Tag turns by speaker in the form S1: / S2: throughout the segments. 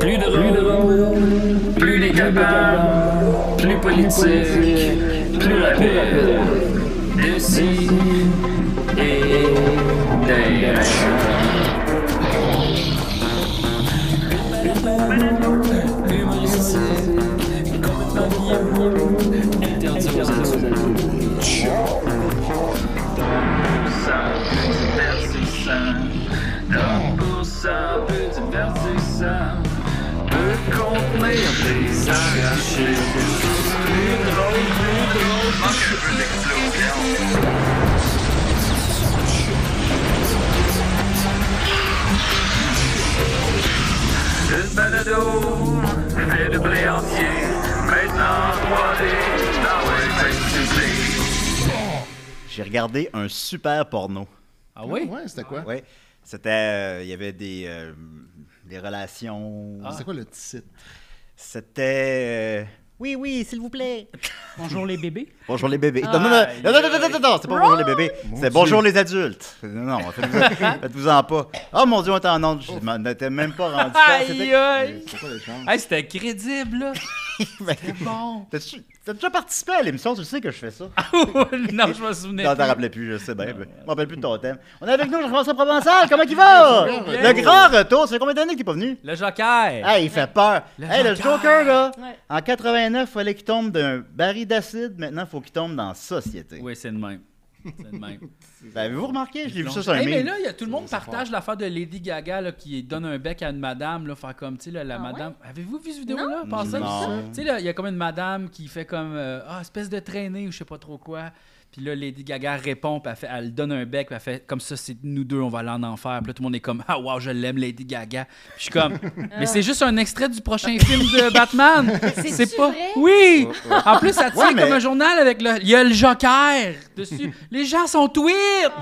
S1: Plus de rôle, plus décapable, plus politique, plus rapide. D'ici et d'ailleurs. Humoristique, complètement vieillot, interdit aux adultes. Ça, divertissant. Donc pour ça, peu divertissant. Peut contenir des arachides. Plus drôle, plus drôle. Manque un peu d'explosion. Une balado fait de blé entier. Maintenant 3D dans le
S2: J'ai regardé un super porno.
S3: Ah oui?
S4: Ouais, c'était quoi?
S2: Ouais. C'était. euh, Il y avait des. euh, des relations.
S5: Ah.
S3: Ah.
S4: C'était quoi le titre?
S2: C'était. euh, Oui, oui, s'il vous plaît.
S3: Bonjour les bébés. Ah,
S2: Bonjour les bébés. Non, non, non, non, non, non, non, non, non, non, c'est pas bonjour les bébés. C'est bonjour les adultes. Non, non, faites-vous- faites-vous-en pas. Oh mon dieu, on était en onde. Je m'en étais même pas rendu compte.
S3: Aïe
S2: C'était-
S3: aïe!
S4: C'est quoi les chances?
S3: Hey, c'était crédible là!
S2: Ben,
S3: Bon!
S2: T'as-tu t'as déjà participé à l'émission, tu sais que je fais ça.
S3: non, je me souvenais.
S2: Non, t'en
S3: plus.
S2: rappelais plus, je sais bien. mais Je me rappelle plus de ton thème. On est avec nous, Jean-François Provençal, comment il va? Le grand retour, ça fait combien d'années que t'es pas venu?
S3: Le joker!
S2: Hey, il fait peur.
S3: Le
S2: hey, le
S3: Joker.
S2: Joker, là.
S6: Ouais.
S2: En 89, il fallait qu'il tombe d'un baril d'acide. Maintenant, il faut qu'il tombe dans la société.
S3: Oui, c'est le même. C'est le même.
S2: Ben, Avez-vous remarqué? Je l'ai vu ça sur un
S3: Hey, Eh, mais
S2: meme.
S3: là, il y a, tout le monde partage l'affaire de Lady Gaga là, qui donne un bec à une madame, là, faire comme, tu sais, là, la
S6: Ah
S3: madame. Avez-vous vu cette vidéo
S6: Non.
S3: là? Passez
S2: Non.
S3: Tu sais, là, il y a comme une madame qui fait comme, euh, ah, espèce de traînée ou je sais pas trop quoi. Puis là, Lady Gaga répond, puis elle, fait- elle donne un bec, puis elle fait comme ça, c'est nous deux, on va aller en enfer. Puis là, tout le monde est comme, ah, wow, je l'aime, Lady Gaga. Puis je suis comme,
S6: Ah.
S3: mais c'est juste un extrait du prochain film de Batman.
S6: C'est-tu
S3: pas.
S6: vrai?
S3: Oui! En plus, ça tient
S2: Ouais, mais-
S3: comme un journal avec le. Il y a le joker dessus. Les gens sont tweets!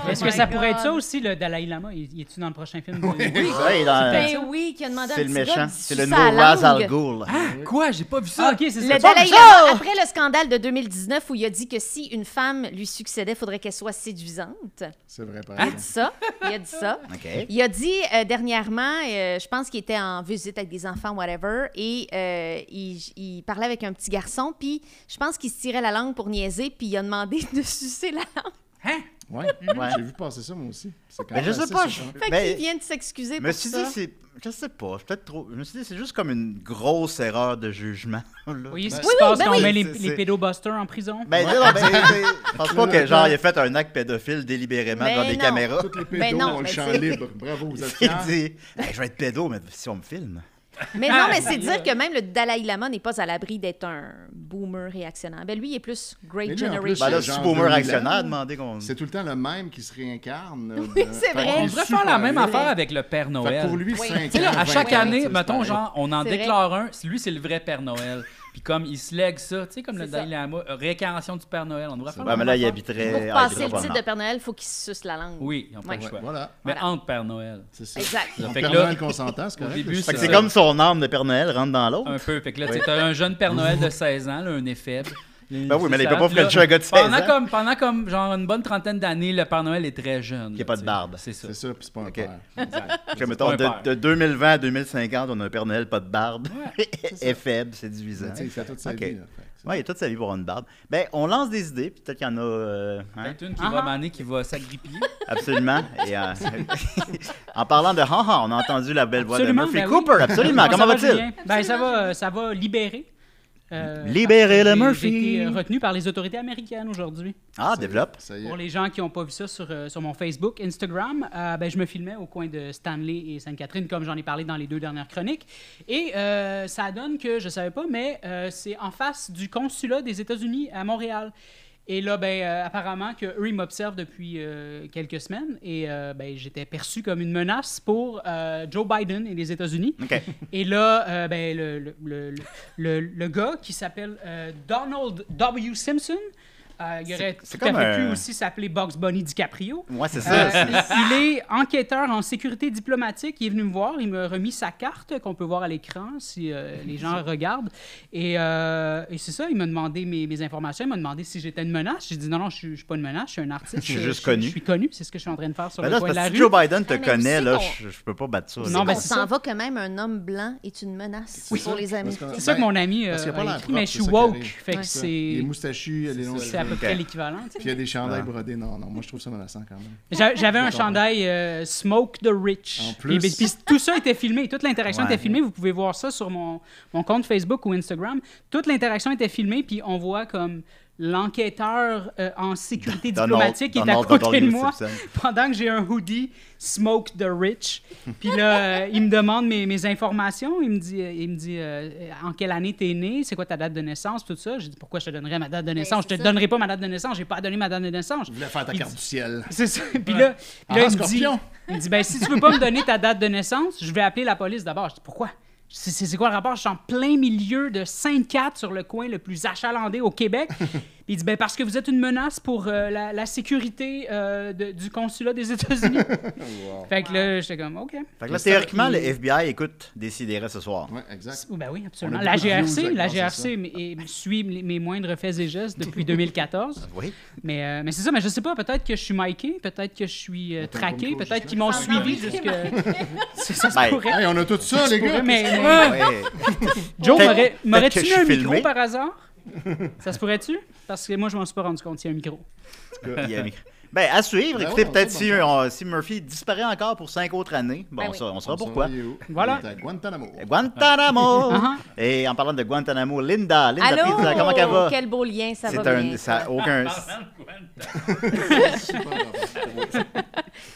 S5: Est-ce
S6: Oh
S5: que
S6: my
S5: ça pourrait
S6: God.
S5: être ça aussi, le Dalai Lama? Il il est-tu dans le prochain film? de-
S2: Oui, ouais, il est dans-
S6: Ben oui, qui a demandé
S2: c'est
S6: un
S2: le
S6: petit
S2: méchant.
S6: gars de
S2: C'est le
S6: sucer à
S2: nouveau Raz
S6: langue.
S2: Al Ghul.
S3: Quoi? J'ai pas vu ça.
S5: Ah, ok, c'est ça.
S6: Le
S2: pas
S6: Dalai
S2: bizarre.
S6: Lama, après le scandale de 2019 où il a dit que si une femme lui succédait, il faudrait qu'elle soit séduisante.
S4: C'est vrai,
S5: Hein?
S6: Il a
S4: pareil.
S6: dit ça. Il a dit ça.
S2: OK.
S6: Il a dit euh, dernièrement, euh, je pense qu'il était en visite avec des enfants, whatever, et euh, il, il parlait avec un petit garçon, puis je pense qu'il se tirait la langue pour niaiser, puis il a demandé de sucer la langue.
S4: Ouais.
S2: Ouais.
S4: J'ai vu passer ça, moi aussi. C'est quand
S2: Mais je
S4: même
S2: sais
S4: assez
S2: pas. Je
S4: surprenant.
S6: Fait
S2: ben,
S6: qu'il vient de s'excuser
S2: je
S6: pour
S2: me suis
S6: ça.
S2: dit, c'est. Je sais pas, je suis peut-être trop. Je me suis dit, c'est juste comme une grosse erreur de jugement. là.
S5: Vous voyez ce qui
S6: Oui,
S5: se
S6: oui,
S5: passe
S6: ben
S5: quand
S6: oui.
S5: on met les,
S2: C'est-
S5: les
S2: c'est-
S5: pédobusters en prison?
S2: Ben, non, non, ben, c'est- je pense pas que, genre, il a fait un acte pédophile délibérément
S6: Ben
S2: devant des
S6: non.
S2: caméras.
S4: Toutes les pédos
S6: Ben non,
S4: ont le
S6: mais
S4: champ
S6: c'est-
S4: libre. Bravo, vous êtes
S2: Il
S4: fiers.
S2: dit, Hey, je vais être pédo, mais si on me filme.
S6: Mais non,
S5: Ah,
S6: mais c'est
S5: yeah.
S6: dire que même le Dalai Lama n'est pas à l'abri d'être un boomer réactionnaire. Ben lui, il est plus Great
S4: Mais lui, en plus,
S6: Generation.
S2: Ben là,
S4: le
S2: si
S4: genre
S2: Boomer
S4: 2000 ans.
S2: actionnaire, demandez qu'on.
S4: C'est tout le temps le même qui se réincarne. euh,
S6: Oui,
S4: d'un-
S6: c'est vrai.
S4: d'un
S3: On devrait faire la
S4: super
S6: super
S3: même
S4: héros.
S3: affaire avec le Père
S4: Fait que
S3: Noël.
S4: pour lui,
S6: Oui.
S4: 5
S3: Tu sais, là, à chaque année, mettons,
S4: mettons
S3: genre, on en
S6: C'est vrai.
S3: déclare un. Lui, c'est le vrai Père Noël. Puis comme il se lègue ça, tu sais, comme le
S6: C'est ça.
S3: Dalai Lama, euh, réincarnation du Père Noël. On devrait faire
S2: Ouais,
S3: la
S2: Ben, mais
S3: même
S2: là, il
S3: affaire.
S2: habiterait.
S6: Pour
S2: ah, il
S6: passer
S2: habiterait
S6: le
S2: pas
S6: titre
S2: en
S6: de Père Noël, il faut qu'il se suce la langue.
S3: Oui, ils n'ont pas le
S6: Ouais.
S3: choix.
S4: Voilà,
S3: Mais
S6: Voilà.
S3: entre Père Noël.
S4: c'est ça.
S6: Exact.
S4: Le
S3: Fait
S4: Père
S3: que là,
S4: Noël consentant, c'est
S3: au
S4: correct.
S3: début,
S4: c'est
S5: euh,
S2: Fait que
S3: ça.
S2: c'est comme son âme de Père Noël rentre dans l'autre.
S3: Un peu. Fait que là, tu sais, t'as un jeune Père Noël de 16 ans, là, un effet.
S2: Ben oui, mais il peut pas
S3: faire
S2: frencher un gars de 16
S3: Pendant
S2: ans.
S3: comme, pendant comme, genre, une bonne trentaine d'années, le Père Noël est très jeune.
S2: Qui a
S3: là,
S2: pas de
S3: tu sais.
S2: barbe.
S3: C'est ça.
S4: C'est ça, puis c'est pas un
S2: Ok.
S4: père.
S2: Parce que, mettons,
S3: pas un
S2: de,
S3: père.
S2: de 2020 à 2050, on a un Père Noël pas de barbe. est faible, séduisant.
S4: Tu sais, Il fait toute sa
S2: Ok.
S4: vie. là, fait que c'est-
S2: Ouais, il a toute sa vie pour avoir une barbe. Ben, on lance des idées, puis peut-être qu'il y en a. euh, hein,
S3: Peut-être une qui
S6: Ah.
S3: va maner, qui va s'agripper.
S2: absolument. Et, euh, en parlant de ha ha, on a entendu la belle voix
S5: Absolument,
S2: de Murphy
S5: ben oui.
S2: Cooper. Absolument.
S5: Ça
S2: Comment
S5: va,
S2: va-t-il?
S5: Julien? Ben, ça va, ça va libérer. Euh,
S2: Libérer
S5: parce que
S2: le
S5: j'ai-
S2: Murphy.
S5: J'ai été euh, retenu par les autorités américaines aujourd'hui.
S2: Ah, développe.
S4: Ça y est.
S5: Pour les gens qui n'ont pas vu ça sur, euh, sur mon Facebook, Instagram, euh, ben, je me filmais au coin de Stanley et Sainte-Catherine, comme j'en ai parlé dans les deux dernières chroniques. Et euh, ça donne que, je ne savais pas, mais euh, c'est en face du consulat des États-Unis à Montréal. Et là, ben, euh, apparemment, que eux, ils m'observent depuis euh, quelques semaines et euh, ben, j'étais perçu comme une menace pour euh, Joe Biden et les États-Unis.
S2: OK.
S5: Et là, euh, ben, le, le, le, le- le- le gars qui s'appelle euh, Donald W. Simpson Euh, il aurait
S2: c'est
S5: tout à
S2: comme
S5: fait pu
S2: un-
S5: aussi s'appeler Box Bunny DiCaprio.
S2: Ouais, c'est ça.
S5: Euh,
S2: c'est-
S5: il est enquêteur en sécurité diplomatique. Il est venu me voir. Il m'a remis sa carte qu'on peut voir à l'écran si euh, les gens regardent. Et, euh, et c'est ça, il m'a demandé mes, mes informations. Il m'a demandé si j'étais une menace. J'ai dit non, non, je suis- je suis pas une menace. Je suis un artiste.
S2: Je suis juste connu.
S5: Je suis connu. C'est ce que je suis en train de faire sur
S2: Ben
S5: le
S2: là,
S5: coin
S2: c'est
S5: de la
S2: parce que si
S5: rue.
S2: Joe Biden te
S6: Ah, mais
S2: connais,
S6: aussi
S2: là,
S6: qu'on-
S2: je, je peux pas battre ça. là.
S5: Non, ben,
S6: on
S5: c'est ça.
S6: s'en va que même un homme blanc est une menace pour les Américains.
S5: C'est ça que mon ami euh,
S4: parce qu'il a pas l'air
S5: a écrit, mais je
S4: propre,
S5: suis
S4: c'est ça qui arrive.
S5: woke. Fait
S6: Ouais.
S5: que
S4: Il est
S5: c'est
S4: moustachu, il a des longs
S5: c'est à peu
S4: cheveux.
S2: Ok.
S5: près l'équivalent. tu sais.
S4: Puis il y a des chandails
S2: Ah.
S4: brodés. Non, non, moi je trouve ça menaçant quand même.
S5: J'a- J'avais un
S4: comprends.
S5: chandail euh, Smoke the Rich.
S4: En
S5: Puis,
S4: plus.
S5: puis- puis tout ça était filmé, toute l'interaction
S2: Ouais.
S5: était filmée. Vous pouvez voir ça sur mon, mon compte Facebook ou Instagram. Toute l'interaction était filmée, puis on voit comme l'enquêteur euh, en sécurité
S2: Donald-
S5: diplomatique qui est à
S2: Donald
S5: côté de
S2: W.
S5: moi
S2: Simpson.
S5: pendant que j'ai un hoodie Smoke the Rich. Puis là, euh, il me demande mes, mes informations. Il me dit, euh, il me dit euh, en quelle année t'es né, c'est quoi ta date de naissance, tout ça. J'ai dit pourquoi je te donnerais ma date de naissance.
S6: Ben, c'est
S5: je te
S6: ça.
S5: donnerai pas ma date de naissance. J'ai pas donné ma date de naissance.
S4: Je voulais faire ta
S5: Il
S4: carte du ciel.
S5: c'est ça. Puis là, puis là,
S4: Ah,
S5: il, me dit,
S4: scorpion.
S5: il me dit, ben, si tu veux pas me donner ta date de naissance, je vais appeler la police d'abord. Je dis, pourquoi? C'est c'est- c'est quoi le rapport? Je suis en plein milieu de 5-4 sur le coin le plus achalandé au Québec. Puis il dit, ben, parce que vous êtes une menace pour euh, la, la sécurité euh, de- du consulat des États-Unis. Fait que là, j'étais comme, OK.
S2: Fait que là, théoriquement, le FBI écoute Décideret ce soir.
S4: Ouais, exact.
S5: Oui, ben oui, absolument.
S4: On a
S5: La
S4: beaucoup de views,
S5: GRC,
S4: là,
S5: la
S4: grâce à
S5: GRC m- et- suit mes, mes moindres faits et gestes depuis 2014.
S2: Oui.
S5: Mais, euh, mais c'est ça, mais je sais pas, peut-être que je suis miqué, peut-être que je suis euh,
S4: t'aurait pas
S5: traqué,
S4: micro,
S5: peut-être
S4: justement.
S5: qu'ils m'ont
S6: Ça
S5: suivi
S6: en
S5: jusque.
S6: est.
S5: ça, ça se
S2: Ben,
S5: pourrait.
S4: Hey, on a tout ça, les
S5: Mais,
S4: gars.
S5: mais-
S2: Ouais.
S5: Joe,
S2: Peut-être-
S5: m'aurais-
S2: peut-être
S5: m'aurais-tu
S2: que
S5: mis
S2: je
S5: un
S2: suis
S5: micro
S2: filmé.
S5: par hasard? Ça se pourrait-tu? Parce que moi, je m'en suis pas rendu compte, il y a un micro.
S2: Il y a- Ben, à suivre.
S4: Ben
S2: Écoutez,
S4: ouais,
S2: peut-être
S4: on
S2: si,
S4: va
S2: on- si Murphy disparaît encore pour cinq autres années, bon,
S6: Ben oui.
S2: ça, on saura pourquoi.
S4: Il est où?
S5: Voilà.
S4: Il est à Guantanamo.
S2: Guantanamo!
S5: Uh-huh.
S2: Et en parlant de Guantanamo, Linda, Linda
S6: Allô?
S2: Pizza, comment elle va?
S6: Quel beau lien, ça
S2: C'est
S6: va
S2: un.
S6: bien.
S2: Ça oh. a aucun.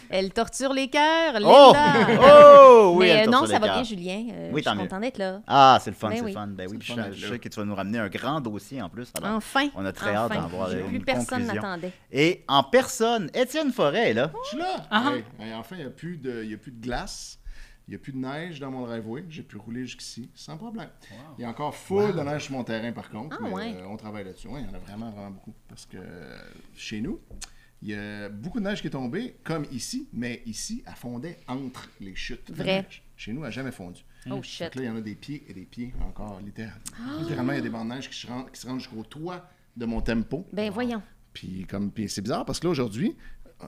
S6: Elle torture les cœurs,
S2: Oh!
S6: Linda.
S2: Oh! Oui,
S6: Mais,
S2: elle
S6: euh,
S2: torture
S6: non,
S2: les
S6: ça va
S2: cœurs.
S6: bien, Julien. Euh,
S2: Oui,
S6: je
S2: tant
S6: suis
S2: mieux.
S6: contente d'être là.
S2: Ah, c'est le fun,
S6: Ben
S2: c'est le
S6: oui.
S2: fun. Ben oui, puis
S4: le fun
S2: je,
S4: d'être
S2: je
S4: là.
S2: sais que tu vas nous ramener un grand dossier en plus. Alors,
S6: Enfin.
S2: On a très hâte
S6: enfin.
S2: d'en voir
S6: Plus
S2: une
S6: personne
S2: conclusion.
S6: n'attendait. Oh.
S2: Et en personne, Étienne Forêt est là.
S4: Je suis là.
S5: Ah.
S4: Hey, hey, enfin, il n'y a, plus de- il y a plus de glace. Il n'y a plus de neige dans mon driveway. J'ai pu rouler jusqu'ici sans problème. Il y a encore full de neige sur mon terrain, par contre.
S6: Ah,
S4: mais,
S6: ouais.
S4: euh, on travaille là-dessus. Ouais, Il y en a vraiment, vraiment beaucoup. Parce que euh, chez nous, il y a beaucoup de neige qui est tombée, comme ici, mais ici, elle fondait entre les chutes de
S6: Vrai.
S4: neige. Chez nous, elle n'a jamais fondu.
S6: Oh,
S4: Fait
S6: shit. Ah.
S4: que là, il y en a des pieds et des pieds encore, littéralement. Littéralement, il y a des bandes de neige qui se rendent, qui se rendent jusqu'au toit de mon tempo.
S6: Ben, voyons.
S4: Ah. Puis comme puis c'est bizarre parce que là aujourd'hui,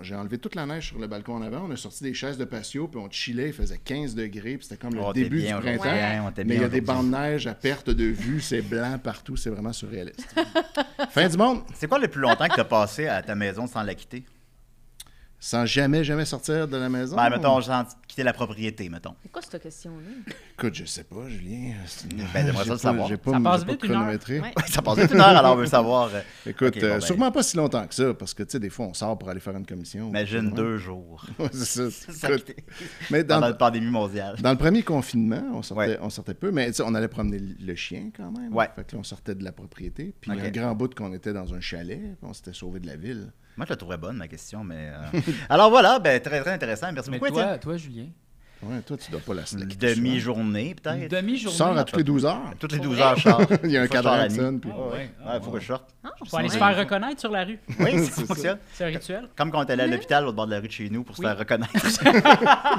S4: j'ai enlevé toute la neige sur le balcon en avant, on a sorti des chaises de patio puis on chillait, il faisait 15 degrés, puis c'était comme le
S2: On était
S4: début
S2: bien
S4: du
S2: aujourd'hui,
S4: printemps.
S2: hein, on était
S4: mais
S2: bien
S4: il y a des
S2: aujourd'hui.
S4: bandes de neige à perte de vue, c'est blanc partout, c'est vraiment surréaliste. fin du monde,
S2: C'est quoi le plus longtemps que tu as passé à ta maison sans la quitter?
S4: sans jamais jamais sortir de la maison.
S2: Ben, mettons, sans quitter la propriété, mettons.
S6: C'est quoi cette question-là?
S4: Écoute, je sais pas, Julien, c'est-
S2: Ben, j'aimerais ça
S4: j'ai
S2: le
S4: pas-
S2: savoir.
S4: j'ai pas-
S5: Ça passe
S4: j'ai pas
S5: vite, une heure.
S4: chronométré.
S6: Ouais.
S2: Ça passait une heure, alors on veut savoir. euh,
S4: Écoute,
S2: ok, bon,
S4: euh,
S2: ben,
S4: sûrement pas si longtemps que ça, parce que, tu sais, des fois, on sort pour aller faire une commission.
S2: Imagine
S4: Ouais,
S2: deux jours
S4: c'est ça.
S2: Ça
S4: Écoute,
S2: quittait.
S4: mais dans,
S2: pendant la pandémie mondiale.
S4: Dans le premier confinement, on sortait,
S2: Ouais.
S4: on sortait peu, mais tu sais, on allait promener le le chien quand même.
S2: Ouais.
S4: Fait que là, on sortait de la propriété. Puis
S2: Ok.
S4: un grand bout qu'on était dans un chalet, puis on s'était sauvé de la ville.
S2: Moi, je la trouvais bonne, ma question, mais. euh, Alors voilà, ben, très, très intéressant. Merci
S3: Mais
S2: beaucoup,
S3: toi, toi, Julien,
S4: Ouais, toi, tu dois pas la
S2: Étienne.
S4: slack.
S2: Une demi-journée, peut-être.
S3: une
S4: Tu
S3: demi-journée.
S4: sors à toutes les 12 heures.
S2: Toutes les 12 heures, Charles.
S4: Il y a un
S2: Faut que je sorte
S4: cadran
S2: la
S4: qui
S2: nuit.
S4: sonne, puis-
S3: Ah ouais.
S2: Ouais, faut que je sorte.
S6: Ah,
S5: Pour aller se
S6: ouais.
S5: faire reconnaître sur la rue.
S2: Oui, ça fonctionne.
S5: C'est un rituel.
S2: Comme quand on est allé à l'hôpital au bord de la rue de chez nous pour se
S5: Oui.
S2: faire reconnaître.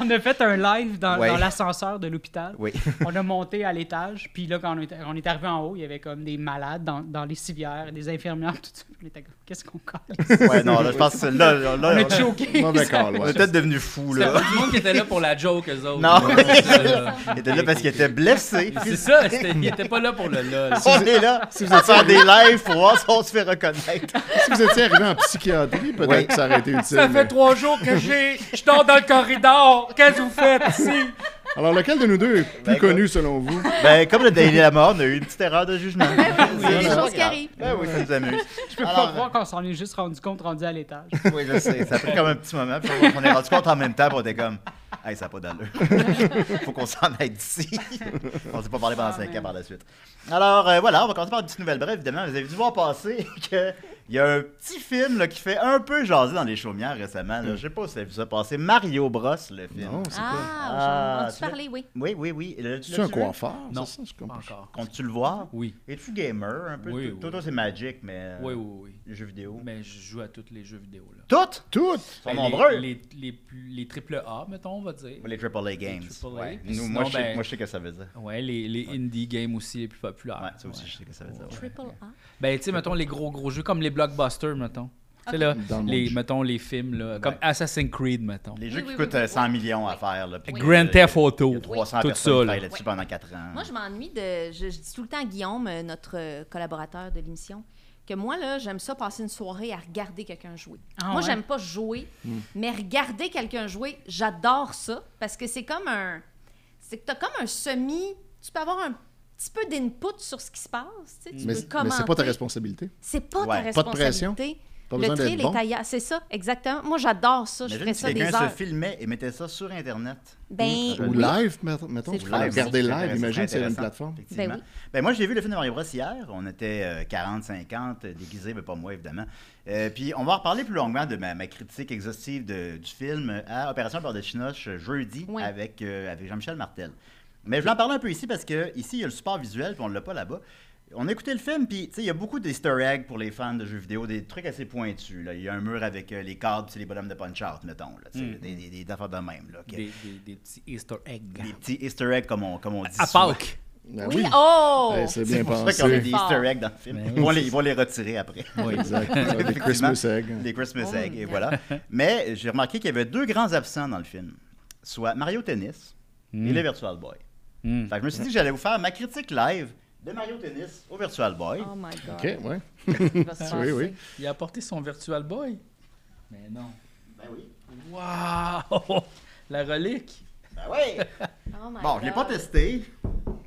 S5: On a fait un live dans,
S2: Ouais.
S5: dans l'ascenseur de l'hôpital.
S2: Oui.
S5: On a monté à l'étage, puis là, quand on est, on est arrivé en haut, il y avait comme des malades dans, dans les civières, des infirmières, tout ça. On était comme, qu'est-ce qu'on casse?
S2: Ouais, non, là, je pense que là, là, là,
S5: On
S2: on-
S5: a choqué.
S4: Mauvais call,
S2: on
S4: ouais.
S2: est peut-être devenu fous,
S3: C'était pas
S2: là.
S3: du monde qui était là pour la joke, eux autres.
S2: Non.
S3: Ouais, c'est ça, là.
S2: Il était là parce qu'il était blessé.
S3: C'est ça, c'était- il était pas là pour le lol.
S2: On est là, si vous êtes faire des lives pour voir si on se fait reconnaître.
S4: Si vous étiez arrivé en psychiatrie, peut-être
S2: Ouais.
S4: que ça aurait été utile. mais-
S3: trois jours que j'ai. Je dors dans le corridor. Qu'est-ce que vous faites ici?
S4: Alors, lequel de nous deux est plus
S2: Ben, écoute.
S4: connu selon vous
S2: Ben, comme le Daily Lama, on a eu une petite erreur de jugement.
S6: Il y a des
S2: C'est pas
S6: choses qui
S2: grave.
S6: arrivent.
S2: Ben oui, ça nous amuse.
S5: Je peux pas
S2: Alors,
S5: croire qu'on s'en est juste rendu compte rendu à l'étage.
S2: Oui, je sais. Ça a pris comme un petit moment. Puis on est rendu compte en même temps. Puis on était comme, hey, ça n'a pas d'allure. Faut qu'on s'en aille d'ici. on s'est pas parlé pendant
S5: Ah,
S2: cinq
S5: man.
S2: ans par la suite. Alors, euh, voilà, on va commencer par une petite nouvelle brève. Évidemment, vous avez dû voir passer que Il y a un petit film là, qui fait un peu jaser dans les chaumières récemment. là. Je sais pas si vous avez vu ça passer. Mario Bros, le film.
S4: Non, c'est quoi?
S6: Ah, j'en ai
S2: Ah,
S6: entendu
S2: tu l'as-
S6: parler, oui.
S2: Oui, oui, oui. Le-
S4: C'est
S2: l'as-tu
S4: un
S2: vu?
S4: coiffeur?
S3: Non,
S4: c'est ça, je
S3: pas
S4: comprends.
S3: encore.
S2: Comptes-tu le voir?
S3: Oui.
S2: Es-tu gamer un peu?
S3: Oui,
S2: Toi-
S3: oui.
S2: Toi, toi, c'est Magic, mais.
S3: Oui, oui, oui.
S2: Les jeux vidéo.
S3: Mais je joue à tous les jeux vidéo. Là.
S2: Toutes?
S4: Tout!
S2: Sont
S3: Ben, les-
S2: nombreux.
S3: Les, les, plus- les triple A, mettons, on va dire.
S2: Les AAA games.
S3: AAA.
S2: Ouais.
S3: Puis
S2: Nous,
S3: sinon,
S2: moi, je sais,
S3: ben-
S2: moi, je sais que ça veut dire.
S3: Ouais, les, les indie games aussi les plus populaires.
S6: Ah,
S2: Ouais, ça aussi,
S3: Ouais.
S2: je sais que ça veut dire. ouais.
S6: Triple A.
S3: Ben, tu sais, mettons, les gros gros jeux comme les blockbusters, mettons. Tu sais, là,
S4: Dans le monde
S3: les,
S4: du-
S3: mettons, les films, là, comme Assassin's Creed, mettons.
S2: Les jeux
S6: oui,
S2: qui
S6: oui,
S2: coûtent
S6: oui.
S2: euh, 100 millions à faire. Là, puis que,
S3: Grand
S2: euh,
S3: Theft
S2: il y
S3: Auto.
S2: a 300
S3: Tout ça,
S2: personnes qui
S3: là.
S2: travaillent là-dessus pendant 4 ans.
S6: Moi, je m'ennuie de. Je, je dis tout le temps à Guillaume, euh, notre euh, collaborateur de l'émission, que moi, là, j'aime ça passer une soirée à regarder quelqu'un jouer.
S5: Ah
S6: moi,
S5: ouais?
S6: j'aime pas jouer,
S4: Hmm.
S6: mais regarder quelqu'un jouer, j'adore ça parce que c'est comme un. C'est que t'as comme un semi. Tu peux avoir un petit peu d'input sur ce qui se passe. tu sais, Tu
S4: Mais,
S6: peux
S4: mais c'est pas ta
S6: commenter.
S4: responsabilité.
S6: C'est pas ta
S2: Ouais,
S6: responsabilité.
S4: pas de pression. Pas
S6: le
S4: besoin
S6: thrill
S4: d'être
S6: est
S4: bon.
S6: ailleurs. C'est ça, exactement. Moi, j'adore ça. je
S2: Imagine
S6: ferais
S2: si
S6: ça des
S2: quelqu'un
S6: heures.
S2: se filmait et mettait ça sur Internet.
S6: Ben,
S4: Ou
S6: oui.
S4: live, met- mettons.
S6: C'est
S4: tu
S6: le
S4: peux
S6: fun
S4: regarder
S2: aussi.
S4: live, imagine, c'est une
S2: Intéressant,
S4: plateforme.
S2: effectivement.
S6: Ben oui.
S2: Ben, moi, j'ai vu le film de Mario Bros hier. On était euh, 40, 50, euh, déguisés, mais pas moi, évidemment. Euh, puis, on va en reparler plus longuement de ma, ma critique exhaustive de- du film à Opération Peur de Chinoche euh, jeudi
S6: Oui.
S2: avec, euh, avec Jean-Michel Martel. Mais je vais en parler un peu ici parce que ici, il y a le support visuel, puis on l'a pas là-bas. On a écouté le film, puis tu sais, il y a beaucoup d'easter eggs pour les fans de jeux vidéo, des trucs assez pointus. là. Il y a un mur avec euh, les cadres, c'est les bonhommes de Punch-Out, mettons. Là, tu sais, des, des, des affaires de même. Là, que-
S3: Mm. Des, des, des petits Easter eggs.
S2: des petits easter eggs, comme on, comme on dit.
S3: À
S2: souvent.
S3: Pâques.
S4: Ben
S6: Oui, oh!
S4: Eh, c'est
S2: C'est
S4: bien
S2: pour ça qu'on a
S4: pensé.
S2: des
S6: Fort. Ben
S2: easter eggs dans le film.
S3: Mais
S2: Ils vont les, ils vont les retirer après.
S3: Oui.
S4: Exact. Des Christmas eggs.
S2: Des Christmas
S6: Oh,
S2: eggs, et
S6: yeah.
S2: voilà. Mais j'ai remarqué qu'il y avait deux grands absents dans le film. Soit Mario Tennis
S6: Hmm.
S2: et le Virtual Boy.
S3: Mm.
S2: Fait que je me suis dit que j'allais vous faire ma critique live de Mario Tennis au Virtual Boy.
S6: Oh my God.
S4: OK, ouais.
S6: il va se passer.
S4: Oui, oui.
S3: Il a apporté son Virtual Boy. Mais non.
S2: Ben oui.
S3: Waouh! La relique.
S2: Ben oui.
S6: Oh my
S2: Bon, je l'ai pas
S6: God.
S2: testé.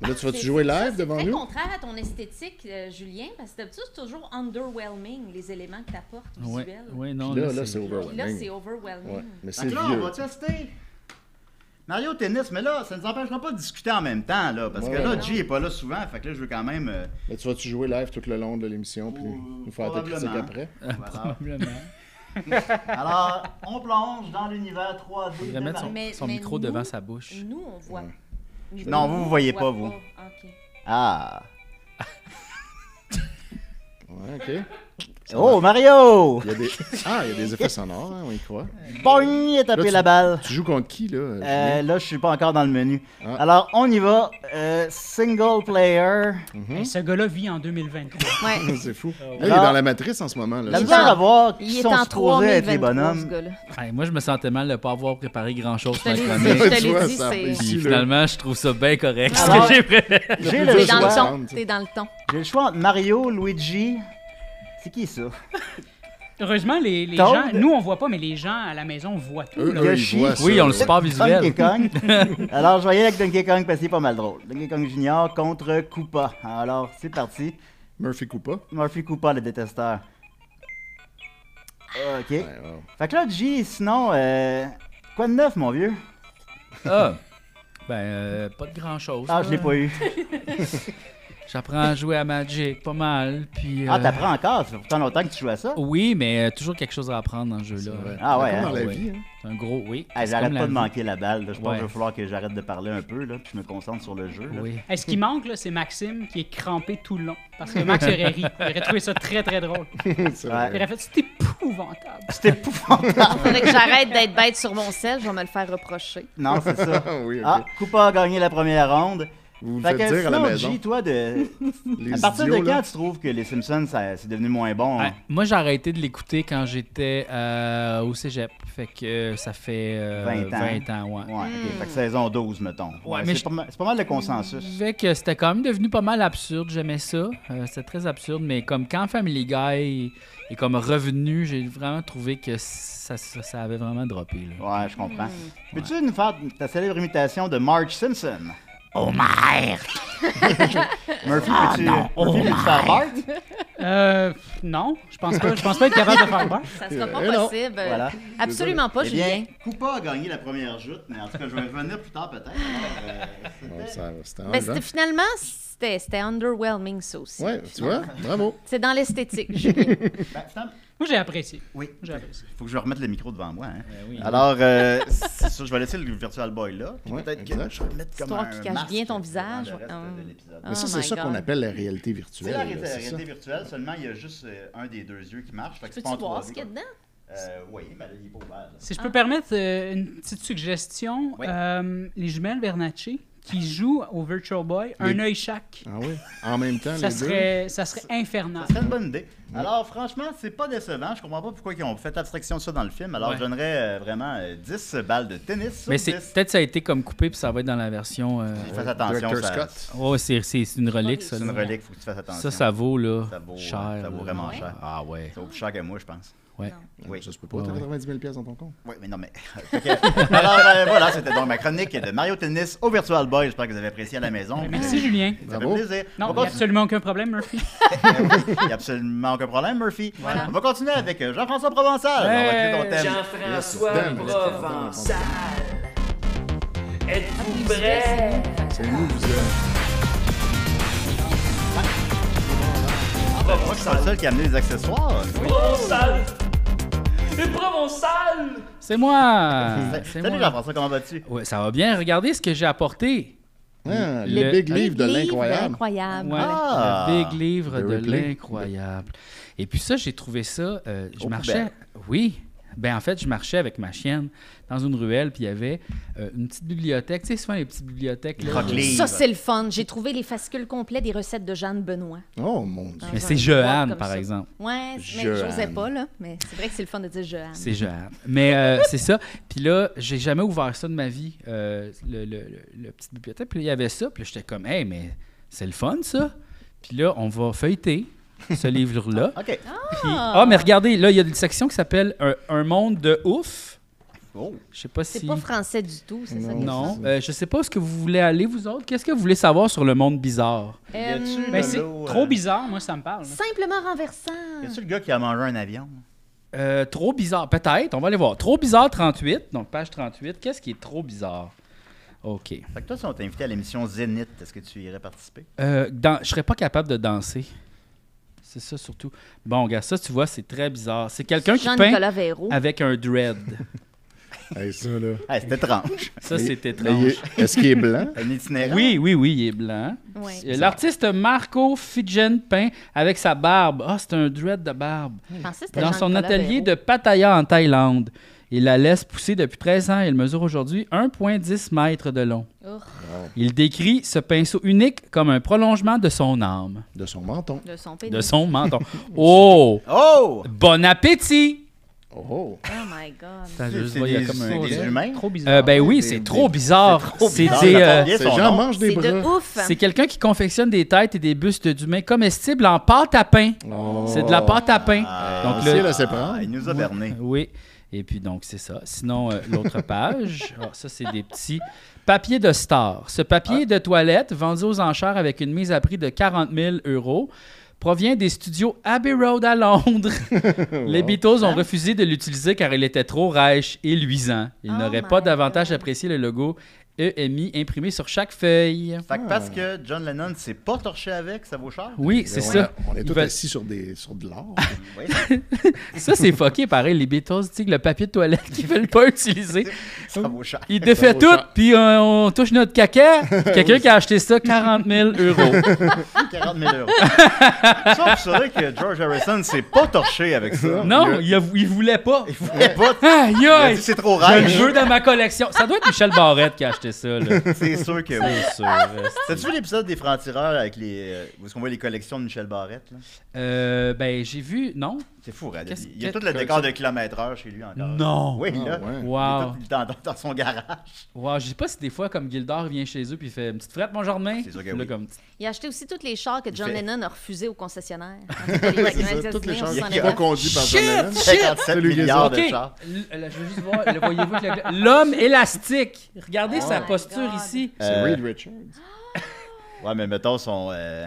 S4: Là, tu
S6: C'est-
S4: vas-tu jouer
S6: ça,
S4: live devant
S6: C'est
S4: nous?
S6: très contraire à ton esthétique, euh, Julien, parce que d'habitude, c'est toujours underwhelming, les éléments que tu apportes
S3: Oui,
S6: visuels.
S3: ouais, non.
S4: Là, là, c'est
S6: Puis là,
S4: overwhelming.
S6: c'est overwhelming.
S4: Ouais, mais c'est
S2: Fait que là, on
S4: vieux.
S2: va tester. Mario Tennis, mais là, ça ne nous empêchera pas de discuter en même temps, là, parce que
S4: Ouais.
S2: là, G est pas là souvent, fait que là, je veux quand même... euh,
S4: Mais tu vas-tu jouer live tout le long de l'émission puis nous faire tes critiques
S2: Probablement.
S4: après?
S2: voilà.
S3: Probablement.
S2: Alors, on plonge dans l'univers 3D.
S3: Il
S2: de
S3: va mettre
S2: Mario.
S3: son,
S6: Mais-
S3: son
S6: mais
S3: micro
S6: nous-
S3: devant sa bouche.
S6: Nous, on voit. Nous,
S2: Non, vous,
S6: on
S2: vous voyez
S6: voit
S2: pas, vous.
S6: OK.
S2: Ah.
S4: Ouais, OK.
S2: Oh, Mario!
S4: Il y a des... Ah, il y a des effets sonores, hein, on y croit.
S2: Boing! Il a
S4: Là,
S2: tapé
S4: tu-
S2: la balle.
S4: Tu joues contre qui, là? Julien?
S2: Euh, là, je suis pas encore dans le menu.
S4: Ah.
S2: Alors, on y va. Euh, single player.
S5: Hey, ce gars-là vit en 2023.
S6: Ouais.
S4: c'est fou. Là, il est
S2: Alors-
S4: dans la matrice en ce moment. Là.
S2: La
S6: Il est
S2: misère
S6: en-
S2: à voir
S6: Il
S2: qui
S6: est
S2: sont
S6: en
S2: supposés être les
S6: 3023, ce
S2: bonhommes.
S6: gars-là.
S3: Hey, moi, je me sentais mal de ne pas avoir préparé grand-chose
S6: Je te
S3: pour la
S6: l'ai dit,
S3: chronique.
S6: je
S4: Tu
S6: te
S4: vois,
S6: l'ai dit,
S4: ça
S6: c'est...
S4: apprécie.
S3: Puis
S4: là.
S3: finalement, je trouve ça bien correct. ce
S2: Alors-
S3: que j'ai préparé.
S2: J'ai le,
S4: plus
S6: T'es dans le
S2: choix.
S6: ton, t'es dans le ton.
S2: J'ai le choix entre Mario, Luigi. C'est qui ça?
S5: Heureusement, les, les
S2: Toad.
S5: gens, nous, on voit pas, mais les gens à la maison voient tout.
S4: Eux,
S5: là.
S4: eux,
S2: Yoshi.
S4: ils voient ça,
S3: Oui, on le
S4: là.
S3: sait pas
S2: Donkey
S3: visuel.
S2: Kong. Alors, je vais y aller avec Donkey Kong parce qu'il est pas mal drôle. Donkey Kong Junior contre Koopa. Alors, c'est parti.
S4: Murphy Koopa.
S2: Murphy Koopa, le détesteur. Ok.
S4: Ouais, wow.
S2: Fait que là, G, sinon, euh, quoi de neuf, mon vieux?
S3: Ah! Ben, euh, pas de grand-chose.
S2: Ah, je l'ai pas eu.
S3: J'apprends à jouer à Magic, pas mal. Puis,
S2: Ah,
S3: euh,
S2: t'apprends encore, ça fait pourtant longtemps que tu joues à ça.
S3: Oui, mais euh, toujours quelque chose à apprendre dans ce
S4: C'est vrai.
S3: jeu-là.
S2: Ah ouais,
S4: C'est Comme
S2: hein,
S4: dans la
S3: ouais.
S4: vie. hein.
S3: C'est un gros oui.
S2: Ah,
S3: C'est
S2: j'arrête
S3: comme
S2: pas
S3: la
S2: de
S3: vie.
S2: manquer la balle, là. je pense
S3: Ouais.
S2: qu'il va falloir que j'arrête de parler un peu, là, puis je me concentre sur le jeu. là.
S3: Oui.
S5: Hey, ce qui manque, là, c'est Maxime qui est crampé tout le long. Parce que Max aurait ri. Il aurait trouvé ça très, très drôle.
S4: C'est
S2: Ouais.
S5: Il
S4: vrai.
S5: aurait fait C'est épouvantable.
S2: C'est épouvantable!
S6: Faudrait que j'arrête d'être bête sur mon sel, je vais me le faire reprocher.
S2: non, c'est ça.
S4: Ah oui, ok.
S2: Ah, Koopa a gagné la première ronde.
S4: Vous me
S2: Fait
S4: faites
S2: que
S4: dire à la
S2: sinon,
S4: maison.
S2: G, toi, de...
S4: Les
S2: à partir
S4: idiots,
S2: de
S4: là.
S2: quand tu trouves que les Simpsons, ça- c'est devenu moins bon?
S3: Ah,
S2: hein?
S3: moi, j'ai arrêté de l'écouter quand j'étais euh, au cégep. Fait que euh, ça fait euh,
S2: 20 ans.
S3: ouais.
S2: Ouais, ok. Fait que saison 12, mettons. Ouais,
S3: mais
S2: c'est
S3: je-
S2: pas, mal- c'est pas mal le consensus.
S3: Fait que c'était quand même devenu pas mal absurde, j'aimais ça. Euh, c'était très absurde, mais comme quand Family Guy est comme revenu, j'ai vraiment trouvé que ça, ça, ça avait vraiment droppé. là.
S2: Ouais, je comprends.
S6: Hmm.
S2: Peux-tu nous faire ta célèbre imitation de Marge Simpson?
S3: Oh merde!
S4: Ah,
S2: Murphy, peux-tu peux-tu nous faire Bart?
S5: Euh, non, je pense pas. Je pense pas être capable de faire peur.
S6: Ça sera pas
S4: Eh non.
S6: possible.
S2: Voilà.
S6: Absolument pas,
S2: Eh
S6: Julien.
S2: bien, Koopa a gagné la première joute, mais en tout cas, je vais revenir plus tard peut-être. Euh,
S4: Bon,
S2: c'était-
S4: ça- C'était
S6: Ben,
S4: enlevant.
S6: c'était- finalement, c'était c'était underwhelming, ça aussi.
S4: hein. Ouais, tu vois, bravo.
S6: C'est dans l'esthétique, Julien.
S2: Ben, finalement-
S5: Moi, j'ai apprécié.
S2: oui,
S5: J'ai apprécié.
S2: faut que je remette le micro devant moi. hein.
S6: Eh
S3: Ben oui.
S2: Alors, euh, c'est sûr, je vais laisser le Virtual Boy là. puis
S4: Ouais,
S2: peut-être que
S4: exact.
S2: je vais mettre comme
S6: Histoire
S2: un
S6: qui cache
S2: masque
S6: bien ton
S2: dans
S6: visage,
S2: le reste
S6: ouais.
S2: de l'épisode.
S6: Ah.
S4: Mais ça,
S6: Oh
S4: c'est
S6: my
S4: ça
S6: God.
S4: qu'on appelle la réalité virtuelle.
S2: C'est la
S4: là,
S2: réalité,
S4: c'est ça.
S2: réalité virtuelle, seulement il y a juste euh, un des deux yeux qui marche. Fait que c'est
S6: Peux-tu
S2: pas en
S6: voir
S2: 3D,
S6: ce qu'il y a
S2: quoi.
S6: dedans?
S2: Euh, oui, mais là, il est pas ouvert. là.
S5: Si je peux permettre euh, une petite suggestion,
S2: Oui.
S5: euh, les jumelles Bernacci qui jouent au Virtual Boy, un
S4: Les-
S5: œil chaque,
S4: Ah oui, en même temps,
S5: ça
S4: les deux.
S5: serait, ça serait infernal.
S2: Ça serait une bonne idée. Alors, franchement, c'est pas décevant. Je comprends pas pourquoi ils ont fait abstraction de ça dans le film. Alors,
S3: Ouais.
S2: je donnerais euh, vraiment euh, 10 balles de tennis. Sur
S3: Mais c'est
S2: 10.
S3: peut-être ça a été comme coupé puis ça va être dans la version. euh,
S2: Fais attention.
S4: Director
S2: Ça,
S4: Scott.
S3: Oh, c'est c'est- c'est une relique ça.
S2: c'est une
S3: là.
S2: relique, faut que tu fasses attention.
S3: Ça, ça vaut là.
S2: Ça vaut, euh,
S3: cher.
S2: ça vaut
S3: là.
S2: vraiment
S6: Ouais.
S2: cher.
S3: Ah ouais.
S2: C'est au plus cher que moi, je pense.
S3: Ouais.
S2: Oui.
S4: Ça se peut pas, t'as
S3: Ouais.
S4: 90 000 pièces dans ton compte.
S2: Oui, mais non, mais. Ok. Alors, euh, voilà, c'était donc ma chronique de Mario Tennis au Virtual Boy. J'espère que vous avez apprécié à la maison.
S5: Merci Julien.
S2: Ça fait
S4: Bravo.
S2: plaisir.
S5: Non,
S2: On
S5: il
S2: va
S5: n'y a absolument aucun problème, Murphy.
S2: Il n'y a absolument aucun problème, Murphy.
S6: Voilà.
S2: On va continuer avec euh, Jean-François Provençal.
S3: Hey,
S2: on va créer ton thème.
S7: Jean-François
S4: Damn,
S7: Provençal. Êtes-vous prêts?
S4: C'est nous, vous êtes.
S2: Moi, je suis le seul qui a amené les accessoires.
S7: Provençal! Provençal!
S3: C'est moi. Ah, C'est
S2: Salut
S3: moi.
S2: Jean-François, comment vas-tu?
S3: Ouais, ça va bien. Regardez ce que j'ai apporté.
S4: Ah, le,
S3: Le-
S4: big
S6: Big
S4: livre de l'incroyable.
S6: Incroyable.
S3: Ouais,
S2: Ah!
S3: le big livre
S4: De
S3: de
S4: Ripley.
S3: l'incroyable. Et puis ça, j'ai trouvé ça. euh, je
S2: Aux
S3: marchais. Oui. Ben en fait, je marchais avec ma chienne dans une ruelle, puis il y avait euh, une petite bibliothèque. Tu sais, souvent les petites bibliothèques. là.
S2: Croque-livre.
S6: Ça, c'est le fun. J'ai trouvé les fascicules complets des recettes de Jeanne Benoît.
S4: Oh mon dieu.
S6: Dans
S3: Mais
S6: un
S3: c'est
S6: boîte
S3: Jeanne,
S6: comme
S3: par
S6: ça.
S3: exemple.
S6: Ouais, mais
S4: Jeanne.
S6: j'osais pas, là. Mais c'est vrai que c'est le fun de dire Jeanne.
S3: C'est Jeanne. Mais euh, c'est ça. Puis là, j'ai jamais ouvert ça de ma vie, euh, le, le, le- le petite bibliothèque. Puis là, il y avait ça. Puis là, j'étais comme, hey, mais c'est le fun, ça. Puis là, on va feuilleter ce livre-là.
S2: OK.
S3: Puis- ah, mais regardez, là, il y a une section qui s'appelle un, Un monde de ouf.
S2: Oh.
S3: Je sais pas
S6: C'est
S3: si.
S6: pas français du tout, c'est ça?
S3: non, Euh, je sais pas ce que vous voulez aller, vous autres. Qu'est-ce que vous voulez savoir sur le monde bizarre?
S2: Y a-tu
S6: Euh,
S5: Ben,
S2: le
S5: c'est
S2: lot,
S5: trop
S2: euh,
S5: bizarre, moi, ça me parle.
S6: Simplement renversant.
S2: Y a-tu le gars qui a mangé un avion?
S3: Euh, trop bizarre, peut-être. On va aller voir. Trop bizarre 38, donc page 38. Qu'est-ce qui est trop bizarre? OK.
S2: Fait que toi, si on t'invitait à l'émission Zénith, est-ce que tu irais participer?
S3: Euh, dan- je serais pas capable de danser. C'est ça surtout. Bon, regarde, ça, tu vois, c'est très bizarre. C'est quelqu'un qui peint
S6: Jean-Nicolas Véro.
S3: avec un dread.
S4: Hey, ça, là.
S2: Ah, c'est étrange.
S3: Ça,
S4: Mais- mais
S3: c'est
S4: il
S3: étrange.
S4: est- Est-ce qu'il est blanc?
S2: Un itinéraire.
S3: Oui, oui, oui, il est blanc.
S6: Ouais.
S3: Euh, L'artiste Marco Fidgen peint avec sa barbe. Ah, c'est un dread de barbe.
S6: Je pensais que c'était
S3: Dans son
S6: Jean-Nicolas
S3: atelier
S6: Véro.
S3: de Pattaya en Thaïlande. Il la laisse pousser depuis 13 ans et elle mesure aujourd'hui 1,10 mètres de long.
S6: Urgh,
S3: Il décrit ce pinceau unique comme un prolongement de son âme,
S4: De son menton.
S6: de son pénis.
S3: de son menton. Oh!
S2: Oh!
S3: Bon appétit!
S4: Oh, oh.
S6: Oh my God.
S3: Attends, Ben, je vais juste
S2: C'est
S3: voir, il y a
S2: des-
S3: comme
S2: c'est
S3: un-
S2: des humains?
S5: Trop bizarre.
S3: Euh, ben oui,
S4: Des-
S3: c'est
S4: des-
S3: trop bizarre. C'est
S2: bizarre.
S3: des,
S2: Ça
S3: euh,
S2: tombe bien,
S4: Ces
S2: son
S4: gens
S2: nom.
S4: mangent des
S6: C'est de
S4: bras.
S6: ouf. hein.
S3: c'est quelqu'un qui confectionne des têtes et des bustes d'humains comestibles en pâte à pain.
S4: Oh.
S3: C'est de la pâte à pain.
S2: Ah,
S3: Donc
S4: le-
S3: là,
S4: c'est là, c'est prendre.
S2: Ah, il nous a berné.
S3: oui. Et puis donc c'est ça. Sinon euh, l'autre page, ah, ça c'est des petits papiers de star. Ce papier de toilette vendu aux enchères avec une mise à prix de 40 000 euros provient des studios Abbey Road à Londres. Les Beatles
S6: Hein?
S3: ont refusé de l'utiliser car il était trop riche et luisant. Ils
S6: Oh
S3: n'auraient
S6: my
S3: pas davantage
S6: God.
S3: apprécié le logo EMI imprimé sur chaque feuille.
S2: Fait que parce que John Lennon s'est pas torché avec, ça vaut cher?
S3: Ah. Oui, c'est
S4: Mais on
S3: ça.
S4: est- Ben On est
S3: Ils
S4: tous
S3: veulent-
S4: assis sur, des, sur de l'or.
S2: Oui.
S3: Ça, c'est fucké, pareil. Les Beatles, tu sais, le papier de toilette qu'ils veulent pas utiliser.
S2: ça vaut cher.
S3: Ils défait
S4: vaut
S3: tout,
S4: cher.
S3: puis euh, on touche notre caca. Quelqu'un qui a acheté ça, 40 000 euros.
S2: 40 000 euros. Sauf c'est vrai que George Harrison s'est pas torché avec ça.
S3: Non, il, a- il voulait pas.
S2: Il voulait pas.
S3: Aïe,
S2: Il a
S3: aïe!
S2: dit c'est trop
S3: J'ai le
S2: rare.
S3: jeu dans ma collection. Ça doit être Michel Barrette qui a acheté ça, là.
S2: C'est sûr que oui.
S3: C'est sûr, euh,
S2: T'as-tu vu l'épisode des francs-tireurs avec les. euh, Où est-ce qu'on voit les collections de Michel Barrette? là?
S3: Euh, ben, j'ai vu. Non?
S2: C'est fou, Rad.
S3: Qu'est-ce-
S2: Il y a
S3: qu'est-
S2: tout le décor de kilomètre-heure chez lui encore.
S3: Non!
S2: Oui,
S4: Ah,
S2: là.
S4: ouais.
S2: Il est
S3: Wow.
S2: tout- dans, dans- dans son garage.
S3: wow. Je sais pas si des fois, comme Gildor vient chez eux puis il fait une petite frette, mon jardin.
S2: C'est sûr que
S3: Là,
S2: oui.
S3: comme,
S6: Il a acheté aussi tous les chars que John
S2: fait-
S6: Lennon a refusés au concessionnaire.
S4: C'est ça, toutes les choses
S2: s'en
S4: qui sont pas
S2: allait.
S4: conduites par John Lennon.
S2: 57
S4: Celui qui
S2: milliards
S3: OK.
S2: de chars.
S3: L- euh, je veux juste voir, le voyez-vous avec la gla- L'homme élastique. Regardez
S6: Oh
S3: sa
S6: my
S3: posture
S6: God.
S3: ici.
S4: C'est
S2: Euh,
S4: Reed Richards.
S2: Ouais, mais mettons son. euh,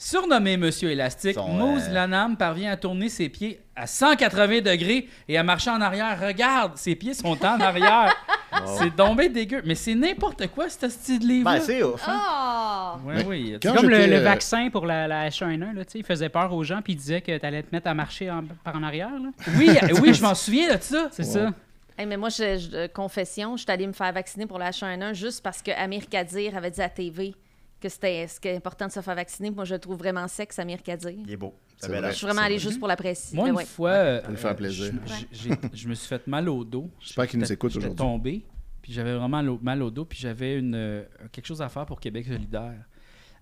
S3: Surnommé Monsieur Élastique,
S2: Son,
S3: Mose
S2: euh,
S3: Lanham parvient à tourner ses pieds à 180 degrés et à marcher en arrière. Regarde, ses pieds sont en arrière. C'est tombé dégueu. Mais c'est n'importe quoi, ce style de livre.
S2: Ben, c'est ouf. hein.
S6: Oh!
S3: Ouais,
S4: Mais
S3: oui.
S4: quand
S5: C'est comme le,
S4: j'étais,
S5: le
S4: euh,
S5: vaccin pour la, la H1N1, là, tu sais, il faisait peur aux gens puis il disait que t'allais te mettre à marcher en- par en arrière. là.
S3: Oui, euh, oui, je m'en souviens de ça.
S5: C'est ça.
S6: Hey, mais moi, je, je- euh, confession, je suis allée me faire vacciner pour la H1N1 juste parce que Amir Kadir avait dit à TV que c'était c'était important de se faire vacciner. Moi, je le trouve vraiment sexe, Amir Kadir.
S2: Il est beau. Ça
S4: C'est
S2: belle
S4: vrai.
S6: Je suis vraiment
S4: c'est
S6: allée
S4: vrai.
S6: juste pour la préciser.
S3: Moi,
S6: mais
S3: une
S6: ouais.
S3: fois, euh,
S4: Pour lui faire plaisir.
S3: je- j'ai- j'ai- je me suis fait mal au dos.
S4: J'espère qu'il nous
S3: J'étais-
S4: écoute
S3: j'étais
S4: aujourd'hui.
S3: tombé, puis j'avais vraiment lo- mal au dos, puis j'avais une, euh, quelque chose à faire pour Québec solidaire.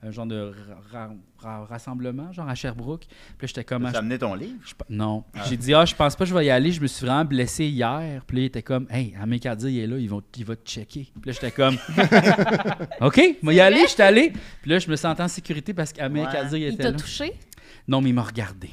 S3: Un genre de ra- ra- ra- rassemblement, genre à Sherbrooke. Puis là, j'étais comme... ah,
S2: T'as amené ton livre?
S3: je- je- non. J'ai dit, ah, je pense pas que je vais y aller. Je me suis vraiment blessé hier. Puis là, il était comme, hey, Amécardia, il est là, il va, il va te checker. Puis là, j'étais comme, OK, moi y aller, j'étais allé. Puis là, je me sentais en sécurité parce qu'Amécardia, il
S6: Il
S3: était
S6: t'a
S3: là.
S6: touché?
S3: Non, mais il m'a regardé.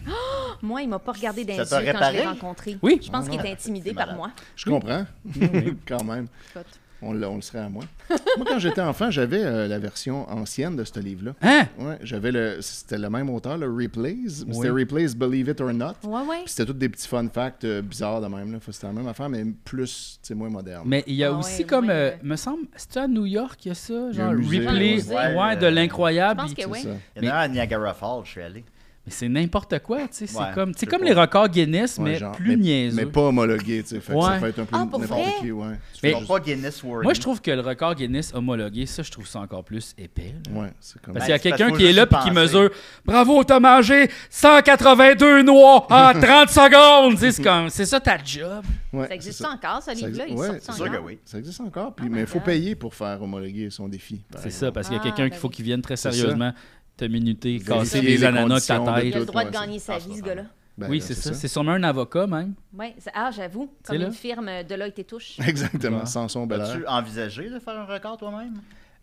S6: Moi, il m'a pas regardé dans les
S2: Ça
S6: yeux
S2: t'a
S6: quand je l'ai
S2: réparé?
S6: rencontré.
S3: Oui.
S6: Je pense qu'il était intimidé
S2: C'est
S6: par
S2: malade.
S6: moi.
S4: Je comprends, quand même.
S6: Écoute.
S4: On, l'a- on le serait à moi. moi, quand j'étais enfant, j'avais euh, la version ancienne de ce livre-là.
S3: Hein?
S4: Ouais, j'avais le. C'était le même auteur, le Replays. C'était
S3: Oui.
S4: Replays Believe It or Not.
S6: Ouais, ouais.
S4: Puis C'était tous des petits fun facts euh, bizarres de même. Là. Faut- C'était la même affaire, mais plus, tu sais, moins moderne.
S3: Mais il y a
S6: Ah
S3: aussi
S6: ouais,
S3: comme,
S6: ouais,
S3: euh,
S6: ouais.
S3: me semble, c'est à New York qu'il y a ça,
S4: Il y a un
S3: genre
S4: musée,
S3: replay
S6: ouais.
S3: ouais,
S2: Ouais,
S3: de
S2: euh,
S3: l'incroyable.
S6: Je pense
S3: puis-
S6: que oui.
S4: ça.
S2: Il y en a un à Niagara Falls, je suis allé.
S3: Mais c'est n'importe quoi, tu sais. C'est
S2: Ouais,
S3: comme,
S2: je
S3: c'est
S2: sais
S3: comme
S2: pas.
S3: les records Guinness,
S4: Ouais,
S3: mais
S4: genre,
S3: plus niaiseux.
S4: Mais pas homologué, tu sais. Fait que
S3: Ouais.
S4: Ça peut être un peu
S6: Ah, pour
S4: n'importe
S6: vrai?
S4: qui, ouais. Tu fais
S3: Mais-
S2: Ils font pas Guinness World.
S3: Moi, je trouve que le record Guinness homologué, ça, je trouve ça encore plus épais. là.
S4: Ouais, c'est comme.
S3: Parce
S2: Ben,
S3: qu'il y a
S2: c'est parce
S3: quelqu'un
S2: qu'il faut
S3: qui est
S2: juste
S3: là
S2: y
S3: puis qui
S2: penser.
S3: mesure Bravo, t'as mangé 182 noix en 30 secondes! Tu sais, C'est comme, c'est ça ta job.
S4: Ouais,
S6: Ça existe
S4: c'est
S6: encore, ce livre-là? Il
S4: existe-
S6: sort
S4: ouais,
S6: ça
S2: C'est sûr que
S6: encore?
S2: oui.
S4: Ça existe encore, puis,
S6: Oh my
S4: mais il faut
S6: God.
S4: payer pour faire homologuer son défi. par
S3: C'est
S4: exemple.
S3: ça, parce qu'il y a
S6: Ah,
S3: quelqu'un
S6: ben
S3: qu'il faut
S6: oui.
S3: qu'il vienne très
S4: C'est ça.
S3: sérieusement te minuter, casser
S4: Vérifier
S3: des
S4: les
S3: ananas de
S4: conditions
S3: ta
S4: de
S6: Il
S3: tête.
S6: a le
S4: Tout,
S6: droit de
S4: ouais,
S6: gagner sa
S2: Ah,
S6: vie,
S2: c'est
S6: ce
S2: pas
S6: gars-là.
S4: Ben,
S3: Oui,
S4: là,
S3: c'est ça. C'est sûrement un avocat, même.
S6: Ouais, ça- ah, j'avoue, comme
S3: là.
S6: une firme euh, de là était touche.
S4: Exactement, sans son bel
S2: As-tu envisagé de faire un record toi-même?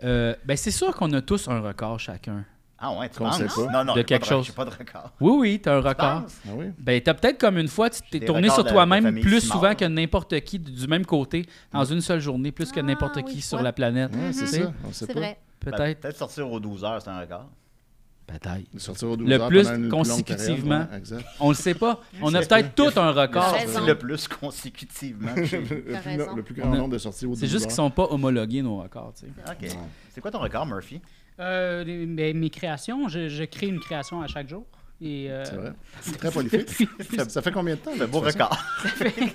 S3: Euh, ben, c'est sûr qu'on a tous un record chacun.
S2: Ah ouais, tu
S4: Qu'on
S2: penses?
S4: sait pas.
S2: Non, non,
S3: De
S2: j'ai pas
S3: quelque
S2: rec-
S3: chose.
S2: J'ai pas de record.
S3: Oui, oui, t'as un record.
S2: penses?
S4: Ah oui?
S3: Ben, t'as peut-être comme une fois, tu t'es
S2: Des
S3: tourné sur
S2: records de- de
S3: toi-même
S2: famille
S3: plus
S2: Simard.
S3: souvent que n'importe qui du du même côté dans une seule journée, plus que
S6: Ah,
S3: n'importe
S6: oui,
S3: qui
S6: je
S3: sur
S6: vois.
S3: la planète.
S4: Ouais, Mm, c'est
S3: Tu sais,
S4: ça, on sait
S6: Mhm. C'est
S4: pas.
S6: vrai.
S2: Ben,
S3: Peut-être.
S2: Peut-être sortir aux 12 heures, c'est un record.
S3: Peut-être.
S4: De sortir aux 12
S3: Le
S4: heures
S3: plus
S4: pendant une longue
S3: consécutivement.
S4: période, ouais, exact.
S3: On le sait pas. On a peut-être tous un record.
S6: T'as raison.
S2: Le plus consécutivement. que j'ai vu.
S4: Le
S6: T'as
S4: plus, no-
S6: raison.
S4: le plus grand
S3: On a-
S4: nombre de sorties aux 12
S3: C'est juste qu'ils
S4: heures.
S3: sont pas homologués, nos records. tu sais.
S2: OK. C'est quoi ton record, Murphy?
S5: Euh, les- mes, mes créations, je, je crée une création à chaque jour. Et, euh,
S4: C'est vrai. C'est très prolifique. ça, ça fait combien de temps?
S2: Le beau
S4: record.
S2: record.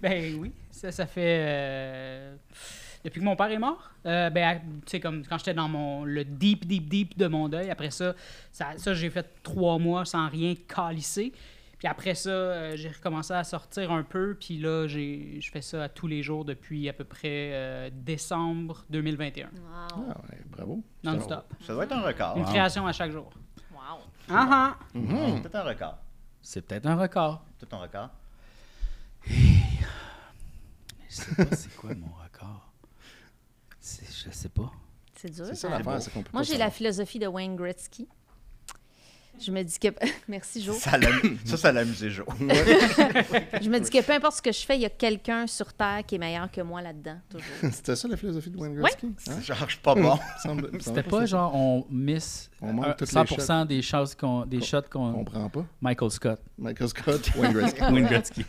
S5: ben oui, ça, ça fait. euh, depuis que mon père est mort, euh, ben, à- tu sais, comme quand j'étais dans mon, le deep, deep, deep de mon deuil, après ça, ça, ça, j'ai fait trois mois sans rien calisser. Puis après ça, euh, j'ai recommencé à sortir un peu. Puis là, j'ai- je fais ça à tous les jours depuis à peu près euh, décembre 2021,
S6: Wow.
S4: Ah ouais, bravo.
S5: non-stop.
S2: Ça Ah, doit être un record. hein.
S5: Une création à chaque jour.
S6: Wow.
S5: Ah ah!
S2: C'est peut-être un record.
S3: C'est peut-être un record.
S2: Tout ton record.
S3: Je sais pas c'est quoi mon record. C'est- Je sais pas.
S6: C'est dur.
S4: C'est ça
S6: hein?
S4: l'affaire, c'est qu'on peut
S6: Moi,
S4: pas
S6: j'ai la
S4: savoir.
S6: philosophie de Wayne Gretzky. Je me dis que. Merci, Jo.
S2: Ça, l'amu- ça, ça l'amusait Jo.
S6: Je me dis que peu importe ce que je fais, il y a quelqu'un sur Terre qui est meilleur que moi là-dedans, toujours.
S4: C'était ça la philosophie de Wayne
S6: Ouais.
S4: Gretzky? Hein?
S2: Genre, je suis pas bon.
S4: Il me semble- il me semble
S3: C'était pas
S4: que c'est-
S3: genre on miss
S4: On manque
S3: euh,
S4: toutes les
S3: 100% des, chances qu'on- des shots
S4: On
S3: qu'on.
S4: comprend pas.
S3: Michael Scott.
S4: Michael Scott, Wayne Gretzky.
S3: Wayne Gretzky.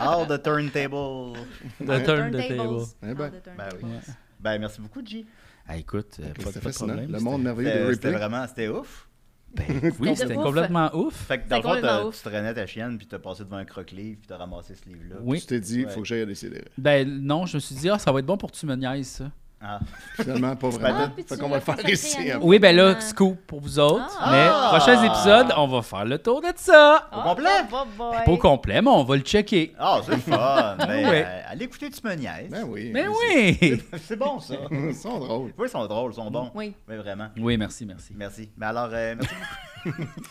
S2: All the turntable.
S3: The turn the table.
S4: Eh ben.
S2: Ben oui.
S3: Ouais.
S2: Ben, merci beaucoup, G.
S3: Ah, écoute, euh, pas,
S4: C'était
S3: pas de
S4: fascinant.
S3: problème.
S4: Le monde merveilleux de
S2: C'était c'était
S4: Ripley.
S2: vraiment, c'était ouf.
S3: Ben oui,
S6: de
S3: c'était
S6: ouf.
S3: complètement ouf.
S2: Fait que dans le fond,
S6: C'était complètement
S2: t'as-
S6: ouf.
S2: tu traînais ta chienne, puis t'as passé devant un croque-livre, puis t'as ramassé ce livre-là.
S3: Oui.
S4: Tu t'es dit, il
S2: Ouais.
S4: faut que j'aille décider.
S3: Ben non, je me suis dit, ah, ça va être bon pour que tu me niaises, ça.
S2: Ah.
S4: Finalement, pas
S6: Ah,
S4: vraiment.
S6: puis
S4: Fait
S6: tu
S4: qu'on va le
S6: l'as
S4: faire ici.
S6: consacré à
S4: hein.
S6: nous.
S3: Oui, ben là,
S6: Ah.
S3: scoop pour vous autres.
S6: Ah.
S3: Mais prochains épisodes, on va faire le tour de ça.
S2: Au complet?
S6: Oh,
S3: Pas au complet, mais on va le checker.
S2: Ah, c'est le fun. Ben,
S3: Ouais.
S2: euh, allez écouter Tu me niaises.
S6: hein.
S4: Ben oui.
S3: Ben
S4: c'est-
S3: oui!
S2: C'est bon, ça.
S4: Ils sont drôles.
S2: Ben Oui, ils sont drôles, ils sont bons.
S6: Oui.
S2: Mais vraiment.
S3: Oui, merci, merci.
S2: Merci. Mais alors, euh, merci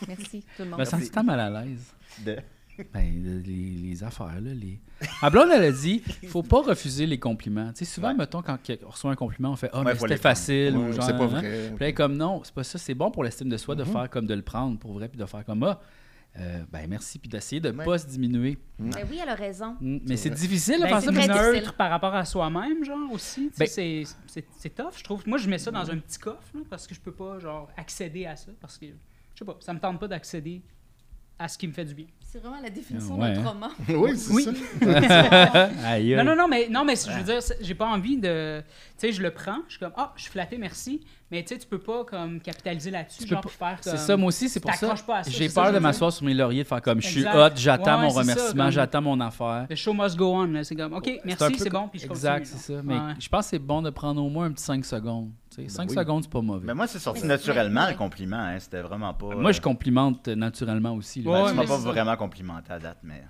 S6: Merci,
S3: Je
S6: tout le
S3: Ben, me
S6: monde.
S3: sens tant mal à l'aise.
S2: de...
S3: Ben, le- les, les affaires, là, les... Ma blonde, elle a dit, faut pas refuser les compliments. Tu sais, souvent,
S2: Ouais.
S3: mettons, quand que- on reçoit un compliment, on fait « Ah,
S2: Ouais,
S3: mais
S2: faut
S3: c'était
S2: les prendre.
S3: facile ou
S4: Ouais,
S3: genre...
S4: c'est pas
S3: hein.
S4: vrai.
S3: Puis là, elle est comme « Non, c'est pas ça. C'est bon pour l'estime de soi de faire comme de le prendre pour vrai puis de faire comme « Ah, euh, ben merci. » Puis d'essayer de
S2: Ouais.
S3: pas se diminuer.
S6: Ben oui, elle a raison.
S3: Mm, Mais c'est difficile de
S5: Ben,
S3: faire
S5: c'est
S3: ça.
S6: très
S3: mais-
S6: difficile.
S5: neutre par rapport à soi-même, genre aussi. Tu
S3: Ben-
S5: sais, c'est- c'est c'est tough, je trouve. Moi, je mets ça dans un petit coffre là, parce que je peux pas genre accéder à ça parce que je sais pas, ça me tente pas d'accéder à ce qui me fait du bien.
S6: C'est vraiment la définition
S3: Ouais,
S6: d'un
S3: hein.
S6: roman.
S4: oui, c'est
S5: Oui.
S4: ça.
S3: Aïe.
S5: Non, non, non, mais, non, mais je veux dire, c'est- j'ai pas envie de. Tu sais, je le prends, je suis comme, ah, je suis flatté, merci. Mais tu sais, tu peux pas comme capitaliser là-dessus,
S3: Tu peux
S5: genre,
S3: pas-
S5: pour faire comme.
S3: C'est ça, moi aussi, c'est
S5: tu
S3: pour ça.
S5: t'accroches pas à ça,
S3: J'ai
S5: c'est ça que
S3: peur
S5: je
S3: de
S5: veux
S3: m'asseoir sur mes lauriers, de faire comme je suis
S5: Exact.
S3: hot, j'attends
S5: Ouais,
S3: mon
S5: c'est ça,
S3: remerciement,
S5: comme-
S3: j'attends mon affaire.
S5: The show must go on, là. C'est comme, OK,
S3: un
S5: merci,
S3: peu
S5: c'est
S3: co-
S5: bon, puis je
S3: Exact,
S5: continue,
S3: c'est
S5: là.
S3: ça. Mais
S5: Ouais.
S3: je pense que c'est bon de prendre au moins un petit 5 secondes. 5
S4: oui.
S3: secondes, c'est pas mauvais.
S2: Ben Mais moi, c'est sorti
S6: Mais-
S2: naturellement
S6: mais-
S2: le compliment. hein. C'était vraiment pas.
S3: moi, je
S2: euh,
S3: complimente naturellement aussi. là.
S5: Ouais,
S2: ben, tu m'as
S5: mais
S2: pas
S5: c'est ça.
S2: vraiment complimenté à date, mais.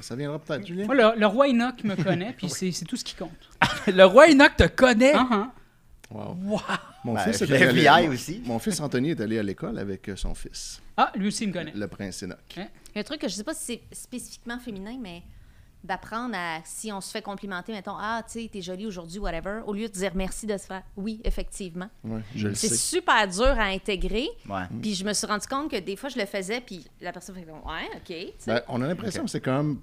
S4: Ça viendra peut-être, Julien.
S5: Moi, le, le roi Enoch me connaît, puis c'est c'est tout ce qui compte.
S3: le roi Enoch te connaît.
S5: Ah, ah.
S4: Wow.
S3: Wow.
S4: Mon
S2: Ben,
S4: fils est
S2: le
S4: allé à l'é-
S2: FBI aussi.
S4: Mon fils Anthony est allé à l'école avec euh, son fils,
S5: Ah, lui aussi, il me connaît.
S4: le prince Enoch.
S6: Il y a un truc que je sais pas si c'est spécifiquement féminin, mais d'apprendre à, si on se fait complimenter, mettons, ah, tu sais, t'es jolie aujourd'hui, whatever, au lieu de dire merci, de se faire oui, effectivement.
S4: Ouais, je le
S6: C'est
S4: sais.
S6: super dur à intégrer.
S2: Ouais.
S6: Puis je me suis rendu compte que des fois, je le faisais, puis la personne fait comme, ouais, OK. tu sais.
S4: Ben, on a l'impression que c'est comme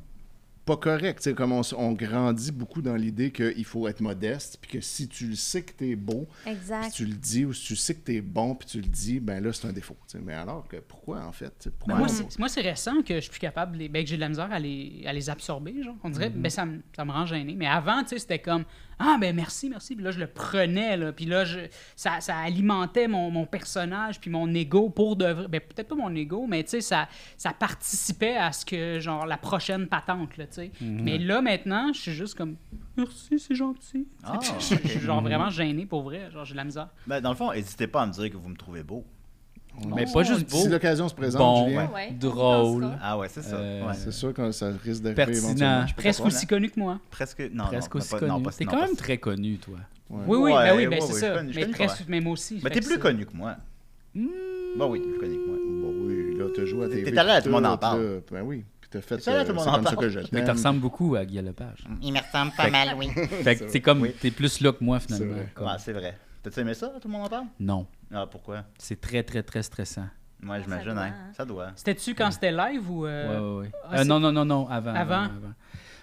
S4: pas correct. tu sais, comme on, s- on grandit beaucoup dans l'idée qu'il faut être modeste, puis que si tu le sais que t'es beau, puis
S6: exact.
S4: tu le dis, ou si tu sais que t'es bon, puis tu le dis, ben là, c'est un défaut. tu sais. Mais alors que pourquoi, en fait? tu sais, Pourquoi
S5: Ben, moi,
S4: on-
S5: c'est- moi, c'est récent que je suis plus capable, de les- ben, que j'ai de la misère à les, à les absorber. Genre. On dirait, ben, ça, me, ça me rend gêné. Mais avant, tu sais, c'était comme, ah, ben merci, merci. Puis là, je le prenais, là. Puis là, je, ça, ça alimentait mon, mon personnage, puis mon ego pour de vrai. Ben, peut-être pas mon ego, mais tu sais, ça, ça participait à ce que, genre, la prochaine patente, là, tu sais. Mais là, maintenant, je suis juste comme, merci, c'est gentil.
S2: Ah,
S5: je suis- je suis, genre, vraiment gêné, pour vrai. Genre, j'ai de la misère.
S2: Ben, dans le fond, n'hésitez pas à me dire que vous me trouvez beau.
S3: Mais pas juste beau.
S4: Si l'occasion se présente,
S3: Bon,
S4: Julien,
S6: Ah ouais,
S3: drôle.
S6: on pense pas.
S2: Ah ouais, c'est ça.
S3: Euh,
S2: Ouais.
S4: c'est sûr que ça risque d'arriver
S3: Pertinent.
S4: éventuellement. Je peux
S5: Presque
S4: pas croire.
S5: aussi connu que moi.
S2: Presque. Non,
S3: Presque
S2: non,
S3: aussi
S2: pas- non,
S3: connu.
S2: pas-
S3: T'es
S2: non,
S3: quand
S2: pas-
S3: même très connu, toi.
S5: Oui, oui, ben
S2: Ouais,
S5: oui, ben
S2: ouais,
S5: c'est
S2: ouais,
S5: ça.
S2: je connais- je
S5: mais
S2: connais
S5: presque, même aussi.
S2: Mais
S5: Fait
S2: t'es
S5: que
S2: plus
S5: c'est-
S2: connu que moi.
S3: Hmm.
S2: Ben oui, t'es plus connu que moi.
S4: Bon, Bah oui, là, t'as joué à
S2: T'es-
S4: TV.
S2: t'es allé à Tout le monde en
S4: puis
S2: parle.
S4: là, Ben oui, puis t'as fait.
S2: T'es allé à
S4: euh,
S2: Tout le monde
S4: c'est
S2: en
S4: comme ça
S2: parle.
S4: que je
S3: Mais tu
S4: t'aime.
S3: ressembles beaucoup à Guy Lepage.
S2: Il me ressemble pas mal, oui.
S3: Fait que c'est comme, t'es plus là que moi, finalement.
S4: C'est vrai.
S3: comme.
S2: c'est vrai. T'as-tu aimé ça, tout le monde en parle?
S3: Non,
S2: Ah, pourquoi?
S3: c'est très, très, très stressant.
S2: Moi, j'imagine,
S6: doit,
S2: hein.
S6: hein.
S2: Ça doit.
S5: C'était-tu quand c'était live ou.
S3: Ouais,
S5: euh,
S3: ouais, ouais.
S5: ah,
S3: Euh,
S5: c'est-
S3: non, non, non, non, avant.
S5: Avant.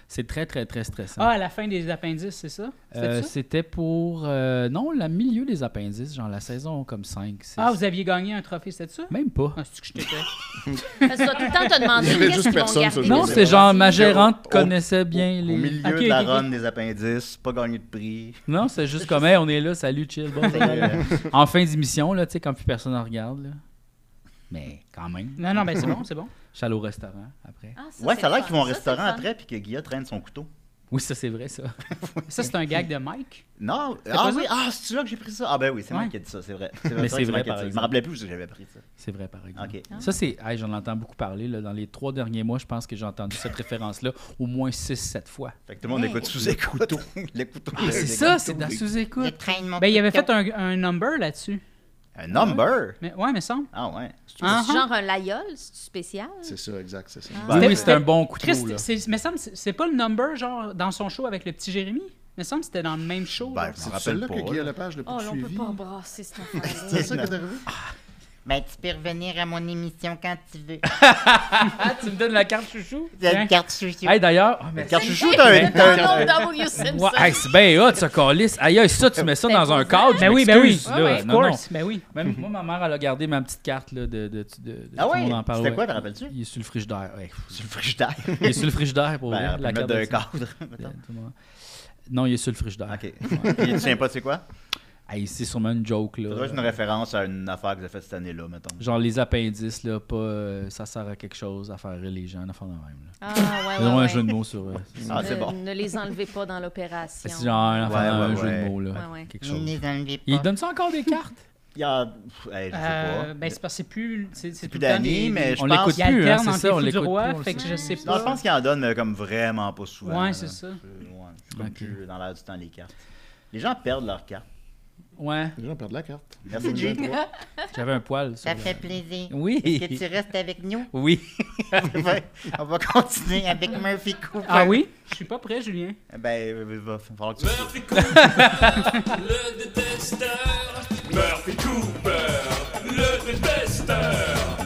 S3: C'est très, très, très stressant.
S5: Ah, à la fin des appendices, c'est ça? C'était
S3: Euh,
S5: ça?
S3: C'était pour. euh, non, la milieu des appendices, genre la saison comme 5. 6.
S5: Ah, vous aviez gagné un trophée, c'était ça?
S3: Même pas.
S5: Ah, c'est que je t'étais.
S6: Parce que tu dois tout le temps te demander
S4: Il y avait
S6: qu'est-ce
S4: juste
S6: qu'ils vont
S4: personne sur
S6: garder.
S4: le
S3: Non,
S4: oui,
S3: c'était genre ma gérante
S2: Au-
S3: connaissait bien
S2: Au
S3: les.
S2: milieu
S5: Ok,
S2: de la
S5: ok, ok.
S2: run des appendices, pas gagné de prix.
S3: Non, c'est juste comme, hey, on est là, salut, chill. Bon,
S2: C'est, euh,
S3: en fin d'émission, là, tu sais, quand plus personne en regarde, là. Mais quand même.
S5: Non, non, ben c'est bon, c'est bon.
S3: Je suis allé au restaurant après.
S6: Ah,
S2: ouais,
S6: c'est
S2: ça a
S6: le
S2: l'air qu'ils vont au
S6: fun. Ça, c'est le
S2: restaurant
S6: fun.
S2: après puis que Guilla traîne son couteau.
S3: Oui, ça, c'est vrai, ça.
S5: Ça, c'est un gag de Mike.
S2: Non, ah
S5: pas
S2: oui, ah, c'est là que j'ai pris ça. Ah ben oui, c'est moi
S5: Ouais.
S2: qui ai dit ça, c'est vrai.
S3: Mais c'est
S2: que Mike
S3: vrai,
S2: a dit
S3: par
S2: ça. Je me
S3: exemple.
S2: rappelais plus où j'avais pris ça.
S3: C'est vrai, par exemple.
S2: Ok.
S3: Ça, c'est. hey, J'en entends beaucoup parler. Là. Dans les trois derniers mois, je pense que j'ai entendu cette référence-là au moins 6-7 fois.
S2: Fait que tout le monde
S6: Hey.
S2: écoute sous écoute. Les couteaux.
S3: Ah, c'est ça, c'est de la sous-écoute.
S5: Ben, il avait fait un, un number là-dessus.
S2: Un number?
S5: Mais, ouais, mais semble.
S2: Ah ouais.
S5: Ah,
S3: Uh-huh.
S6: C'est genre un layol, c'est spécial.
S4: C'est ça, exact, c'est ça.
S2: Ben,
S3: oui, c'est un bon coup de
S5: Chris,
S3: trou, là.
S5: c'est- mais semble, c'est c'est pas le number, genre, dans son show avec le petit Jérémy? Mais semble, c'était dans le même show.
S2: Ben,
S5: genre.
S2: je m'en
S4: C'est
S2: rappelle
S4: celui-là
S2: pas.
S4: que Guy
S2: là.
S4: Lepage l'a
S6: Oh, là, on peut
S4: poursuivi.
S6: pas embrasser cette affaire-là.
S4: C'est ça qui est arrivé?
S8: Ben, tu peux revenir à mon émission quand tu veux.
S3: Ah, tu me donnes la carte chouchou?
S5: Hein?
S8: Cette carte chouchou.
S3: Hey, d'ailleurs. ah, mais-
S2: Car chouchou, t'as un. t'as un-
S6: Donald W. Simpson.
S3: Ouais, hey, c'est bien hot, ce calice. Aïe, aïe, ça, tu mets ça dans un cadre.
S5: Ben
S3: je
S5: oui, ben oui.
S3: m'excuse, là.
S5: Of
S3: Non, non.
S5: course, ben oui.
S3: Même moi, ma mère, elle a gardé ma petite carte là, de, de, de, de-
S2: Ah
S3: tout le
S2: ouais?
S3: monde en parle.
S2: C'était
S3: ouais.
S2: quoi, t'en rappelles-tu?
S3: Il est sur le frigidaire. Ouais.
S2: Sur le frigidaire.
S3: Il est sur le frigidaire pour
S2: Ben,
S3: ouvrir
S2: on peut
S3: la
S2: le
S3: carte.
S2: mettre d'un
S3: de-
S2: cadre.
S3: de-
S2: mettons.
S3: tout le monde. Non, il est sur le frigidaire.
S2: Ok. Puis tu sais pas, c'est quoi?
S3: Hey, c'est sûrement une joke.
S2: C'est juste une
S3: Là.
S2: référence à une affaire que j'ai faite cette année-là, mettons.
S3: Genre les appendices, là, pas euh, ça sert à quelque chose à faire rire les gens, une affaire de même. Là.
S6: Ah, ouais,
S3: Ils ont un
S6: ouais,
S3: jeu
S6: ouais.
S3: de mots sur. euh,
S2: Ah, c'est
S6: Ne-
S2: bon.
S6: Ne les enlevez pas dans l'opération.
S3: c'est genre un,
S2: Ouais,
S3: affaire,
S2: ouais,
S3: un jeu
S2: ouais.
S3: de mots, là.
S6: Ouais, ouais.
S3: Quelque
S8: Ne
S3: chose.
S8: les enlevez pas.
S3: Il donne ça encore des cartes
S2: Il y a. pff, hey, je sais
S5: Euh,
S2: pas.
S5: ben, c'est parce que c'est plus. C'est c'est
S2: plus
S5: tout le temps
S2: d'années,
S5: des-
S2: mais
S5: des-
S2: je
S3: On
S2: pense-
S3: l'écoute
S5: Il
S3: plus, hein,
S5: alterne
S3: c'est
S5: entre
S3: ça, on
S5: les fous du
S3: l'écoute
S5: roi,
S3: plus. on le
S5: fait que je sais
S2: Non, je
S5: pas.
S2: pense qu'il en donne euh, comme vraiment pas souvent.
S5: Ouais,
S2: là.
S5: c'est ça.
S2: Euh, ouais, c'est comme
S3: Ok.
S2: plus dans l'air du temps, les cartes. Les gens perdent leurs cartes.
S3: sait. Ouais,
S4: Les gens perdent la carte.
S2: Merci, G.
S3: j'avais un poil. Sur
S8: Ça
S3: le-
S8: fait plaisir.
S3: Oui.
S8: Est-ce que tu restes avec nous?
S3: Oui.
S2: On va continuer.
S8: Dîner avec Murphy Cooper.
S5: Ah oui? Je suis pas prêt, Julien.
S2: Ben, il va falloir que tu.
S9: Murphy Cooper, le détesteur. Murphy Cooper, le détesteur.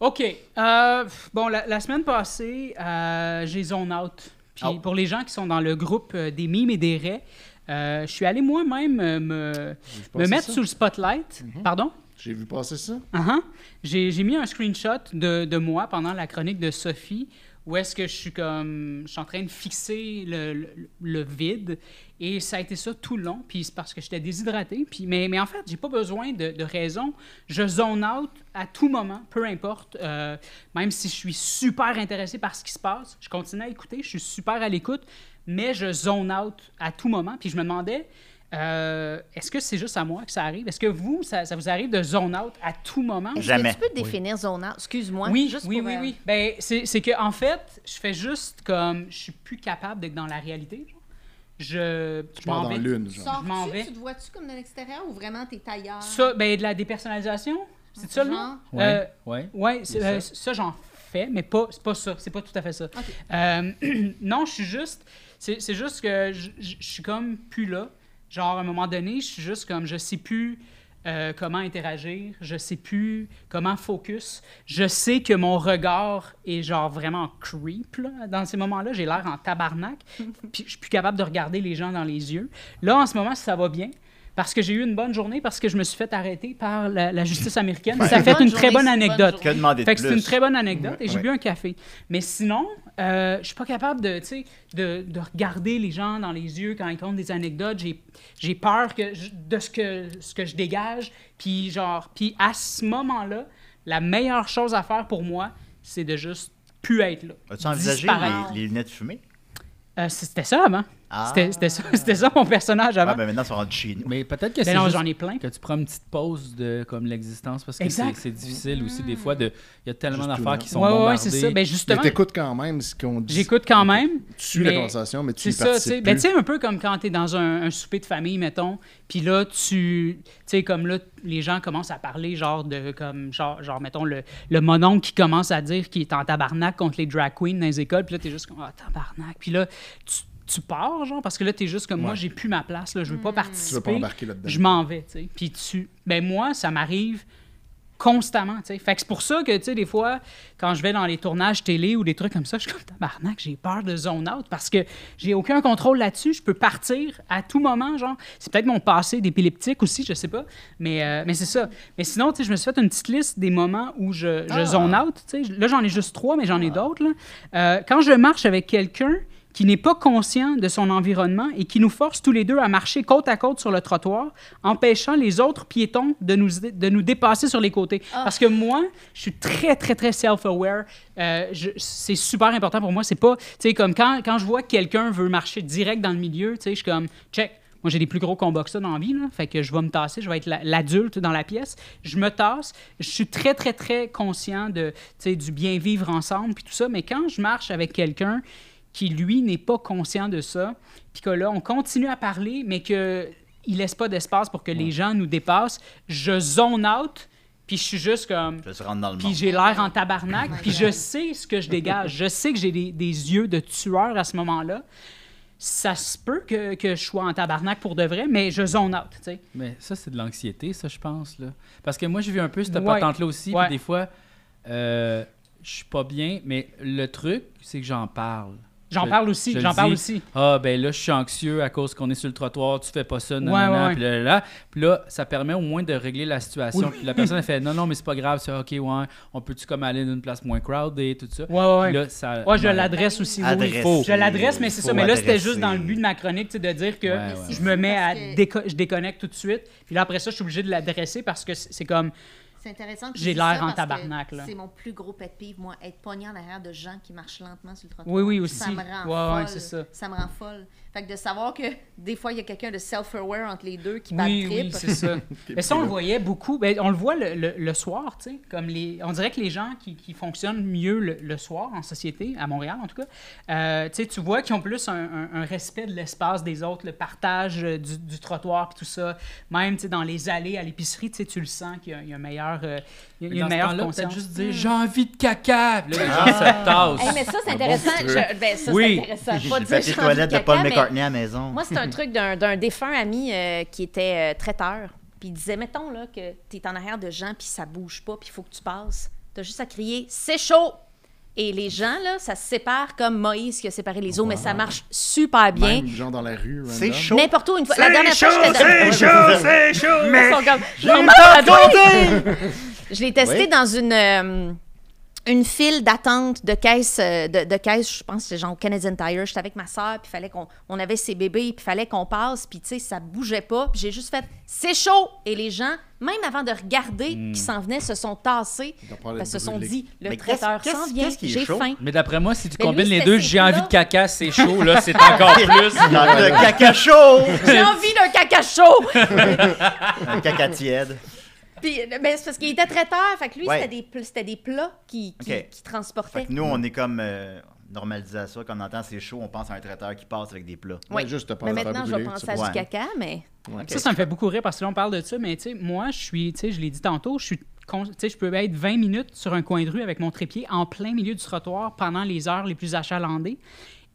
S5: OK. euh, bon, la, la semaine passée, euh, j'ai zone out. Puis pour les gens qui sont dans le groupe euh, des mimes et des raies, euh, je suis allé moi-même euh, me, me
S4: passer
S5: mettre
S4: ça?
S5: sous le spotlight. Pardon?
S4: J'ai vu passer ça.
S5: Uh-huh. J'ai j'ai mis un screenshot de, de moi pendant la chronique de Sophie où est-ce que je suis comme je suis en train de fixer le, le- le vide et ça a été ça tout le long puis c'est parce que j'étais déshydraté puis mais, mais en fait j'ai pas besoin de, de raison je zone out à tout moment peu importe Euh, même si je suis super intéressé par ce qui se passe je continue à écouter je suis super à l'écoute mais je zone out à tout moment puis je me demandais euh, Est-ce que c'est juste à moi que ça arrive? Est-ce que vous, ça, ça vous arrive de zone out à tout moment?
S6: Est-ce
S2: Jamais.
S6: que tu peux définir zone out? Excuse-moi.
S5: oui,
S6: juste
S5: oui,
S6: pour,
S5: oui,
S6: euh,
S5: oui. Ben, c'est c'est que en fait, je fais juste comme je suis plus capable d'être dans la réalité. genre. Je,
S4: Tu
S5: je m'en
S4: pars dans
S5: vais.
S4: l'une, genre.
S5: Je m'en vais.
S6: Sors-tu, tu te vois-tu comme de l'extérieur ou vraiment t'es ailleurs? Ah,
S5: Ça, ben, de la dépersonnalisation, c'est ça le
S6: Genre?
S5: nom?
S3: Ouais,
S5: Euh,
S3: ouais.
S5: ouais, c'est-
S3: Il y a
S5: euh, ça, j'en fais, mais pas, c'est pas ça. C'est pas tout à fait ça. Euh, non, je suis juste. C'est c'est juste que je je- je suis comme plus là. Genre, à un moment donné, je suis juste comme je sais plus. euh, comment interagir, je sais plus comment focus. Je sais que mon regard est genre vraiment creep là. dans ces moments-là. J'ai l'air en tabarnak, puis je suis plus capable de regarder les gens dans les yeux. Là, en ce moment, ça va bien parce que j'ai eu une bonne journée, parce que je me suis fait arrêter par la, la justice américaine. Ça fait
S6: Bonne
S5: une très
S6: journée, c'est une
S5: bonne
S6: bonne
S5: anecdote.
S6: journée.
S2: Que demander de
S5: Fait que c'est
S2: plus?
S5: une très bonne anecdote et j'ai
S4: Ouais.
S5: bu un café. Mais sinon, euh, je suis pas capable de, tu sais, de, de regarder les gens dans les yeux quand ils comptent des anecdotes. J'ai, j'ai peur que je- de ce que, ce que je dégage. Puis genre, puis à ce moment-là, la meilleure chose à faire pour moi, c'est de juste plus être là.
S2: As-tu envisagé
S5: Disparaître.
S2: les, les lunettes fumées?
S5: Euh, c- c'était ça avant.
S2: Ah.
S5: C'était, c'était ça, c'était ça mon personnage avant.
S2: Ah, ben maintenant, ils sont rendus chez nous.
S3: Mais peut-être que
S5: Ben
S3: c'est
S5: non,
S3: juste
S5: j'en ai plein.
S3: que tu prends une petite pause de comme l'existence parce que c'est
S5: Exact.
S3: c'est difficile aussi des fois de il y a tellement
S4: Juste
S3: d'affaires
S4: une
S3: qui
S4: heure.
S3: sont
S5: ouais, ouais,
S3: bombardées.
S5: c'est ça. Ben
S4: Mais
S5: justement,
S4: t'écoutes quand même ce qu'on dit.
S5: j'écoute quand même.
S4: Tu suis
S5: mais-
S4: la conversation, mais tu
S5: C'est
S4: y
S5: ça, tu
S4: participes
S5: sais.
S4: plus.
S5: Ben, tu sais, un peu comme quand t'es dans un, un souper de famille, mettons, puis là, tu. Tu sais, comme là, les gens commencent à parler, genre, de. comme Genre, genre mettons, le, le mononcle qui commence à dire qu'il est en tabarnak contre les drag queens dans les écoles, puis là, t'es juste comme, ah, tabarnak. Puis là, tu, tu pars, genre, parce que là, t'es juste comme, moi, j'ai plus ma place, là, je veux pas
S4: Hmm.
S5: participer.
S4: Tu veux pas embarquer là-dedans.
S5: Je m'en vais, tu sais. Puis tu. Ben, moi, ça m'arrive constamment, tu sais. Fait que c'est pour ça que, tu sais, des fois, quand je vais dans les tournages télé ou des trucs comme ça, je suis comme tabarnak, j'ai peur de zone out parce que j'ai aucun contrôle là-dessus. Je peux partir à tout moment, genre. C'est peut-être mon passé d'épileptique aussi, je sais pas. Mais, euh, mais c'est ça. Mais sinon, tu sais, je me suis fait une petite liste des moments où je, je zone out, tu sais. Là, j'en ai juste trois, mais j'en ai d'autres, là. Euh, quand je marche avec quelqu'un qui n'est pas conscient de son environnement et qui nous force tous les deux à marcher côte à côte sur le trottoir, empêchant les autres piétons de nous, de nous dépasser sur les côtés. Parce que moi, je suis très, très, très self-aware. Euh, je- c'est super important pour moi. C'est pas, tu sais, comme quand, quand je vois que quelqu'un veut marcher direct dans le milieu, tu sais, je suis comme, check. Moi, j'ai des plus gros combats que ça dans la vie, là. Fait que je vais me tasser, je vais être la- l'adulte dans la pièce. Je me tasse. Je suis très, très, très conscient de, tu sais, du bien vivre ensemble, puis tout ça. Mais quand je marche avec quelqu'un qui, lui, n'est pas conscient de ça, puis que là, on continue à parler, mais que il laisse pas d'espace pour que les gens nous dépassent, je zone out, puis je suis juste comme...
S2: Je vais se rendre dans le
S5: Puis
S2: monde.
S5: j'ai l'air en tabarnak, puis je sais ce que je dégage. Je sais que j'ai des, des yeux de tueur à ce moment-là. Ça se peut que, que je sois en tabarnak pour de vrai, mais je zone out, tu sais.
S3: Mais ça, c'est de l'anxiété, ça, je pense. Là. Parce que moi, j'ai vu un peu cette
S5: Ouais.
S3: patente-là aussi. puis
S5: Ouais.
S3: des fois, euh, je suis pas bien, mais le truc, c'est que j'en parle.
S5: J'en
S3: Je-
S5: parle aussi,
S3: je
S5: j'en
S3: le
S5: parle
S3: dis.
S5: aussi.
S3: Ah, ben là, je suis anxieux à cause qu'on est sur le trottoir, tu fais pas ça, non,
S5: Ouais,
S3: non,
S5: ouais,
S3: Puis là, là, là. Puis là, ça permet au moins de régler la situation. Puis la personne, elle fait non, non, mais c'est pas grave, c'est ok, ouais, on peut-tu comme aller dans une place moins crowded, tout ça.
S5: Ouais, ouais, ouais.
S3: Puis là, ça. ben,
S5: Ouais, je
S3: m'arrête.
S5: l'adresse aussi. oui.
S2: Adresser.
S5: Faut. Je l'adresse, mais c'est
S2: Faut
S5: ça. Mais là, c'était
S2: adresser.
S5: juste dans le but de ma chronique, tu sais, de dire que
S3: Ouais, Mais ouais.
S6: c'est
S5: je me mets à
S6: parce que-
S5: déco- je déconnecte tout de suite. Puis là, après ça, je suis obligé de l'adresser parce que c'est c'est comme.
S6: C'est intéressant. que tu
S5: J'ai
S6: dises
S5: l'air
S6: ça
S5: en
S6: parce que
S5: tabarnak, là.
S6: C'est mon plus gros pet peeve, moi, être pogné en arrière de gens qui marchent lentement sur le trottoir.
S5: Oui, oui, aussi.
S6: Ça me rend
S5: Ouais, ouais,
S6: folle.
S5: c'est ça.
S6: me rend folle. Fait que de savoir que des fois, il y a quelqu'un de self-aware entre les deux qui bat
S5: Oui,
S6: le
S5: oui,
S6: trip.
S5: c'est ça. Mais ça, on le voyait beaucoup. Ben, on le voit le, le- le soir, tu sais. Comme les, on dirait que les gens qui, qui fonctionnent mieux le, le soir en société, à Montréal en tout cas, euh, tu sais, tu vois qu'ils ont plus un, un- un respect de l'espace des autres, le partage euh, du, du trottoir, puis tout ça. Même, tu sais, dans les allées, à l'épicerie, tu sais, tu le sens qu'il y a, il y a un meilleur, euh, il y a
S3: Mais
S5: une
S3: dans ce
S5: meilleure
S3: temps-là, peut-être
S5: conscience. Ah.
S3: juste dire j'ai envie de caca. Puis là, les gens se tassent.
S6: Hey, mais ça, c'est intéressant. Je- ben, ça,
S3: Oui.
S6: c'est intéressant.
S2: J'ai
S6: Pas
S2: le
S6: dire
S2: papier
S6: j'ai envie
S2: toilette de
S6: caca,
S2: Paul
S6: mais
S2: McCartney à la maison.
S6: Moi, c'est un truc d'un d'un défunt ami euh, qui était euh, traiteur. Puis il disait, mettons là, que tu es en arrière de gens, puis ça bouge pas, puis il faut que tu passes. Tu as juste à crier, c'est chaud! Et les gens, là, ça se sépare comme Moïse qui a séparé les eaux, mais ça marche super bien.
S4: Même genre dans la rue.
S2: C'est
S4: random.
S2: chaud.
S6: N'importe où, une fois. La dernière fois, j'étais dans-
S2: c'est chaud, c'est chaud. Mais
S6: Ils sont comme, Maman, Je l'ai testé
S2: Oui.
S6: dans une, euh, une file d'attente de caisse, euh, de, de caisse, je pense que c'est genre Canadian Tire. J'étais avec ma soeur, puis fallait qu'on on avait ses bébés, puis fallait qu'on passe, puis tu sais, ça bougeait pas. Puis j'ai juste fait « c'est chaud ». Et les gens, même avant de regarder
S2: Hmm.
S6: qui s'en venaient, se sont tassés,
S4: Ils ont peur
S6: parce
S4: d'être
S6: qu'ils se sont
S4: brûlés.
S6: dit « le
S2: Mais qu'est-ce-
S6: traiteur s'en
S2: qu'est-ce-
S6: vient,
S2: qu'est-ce qui est
S6: j'ai
S2: chaud?
S6: faim
S3: Mais d'après moi, si tu
S6: Mais Ben, lui,
S3: combines les
S6: c'était
S3: deux,
S6: ces
S3: j'ai envie
S6: coups-là.
S3: de caca, c'est chaud, là, c'est encore plus.
S2: dans le caca chaud, ».
S6: J'ai envie d'un caca chaud!
S2: un caca tiède.
S6: Puis, ben, c'est parce qu'il était traiteur, fait que lui,
S2: Ouais.
S6: c'était des, pl- c'était des plats qui, qui,
S2: Ok.
S6: qui
S2: Fait
S6: transportaient.
S2: que nous, on est comme euh, normalisé à ça. Quand on entend c'est chaud, on pense à un traiteur qui passe avec des plats.
S6: Ouais.
S4: Ouais, juste, t'as pas
S6: mais
S4: envie de faire
S6: maintenant, je vais
S4: brûler,
S6: penser
S4: tu
S6: à
S2: vois.
S6: du caca, mais...
S5: Ça, ça me fait beaucoup rire parce que là, on parle de ça, mais tu sais, moi, je suis, tu sais, je l'ai dit tantôt, je suis. con- Tu sais, je peux être 20 minutes sur un coin de rue avec mon trépied en plein milieu du trottoir pendant les heures les plus achalandées.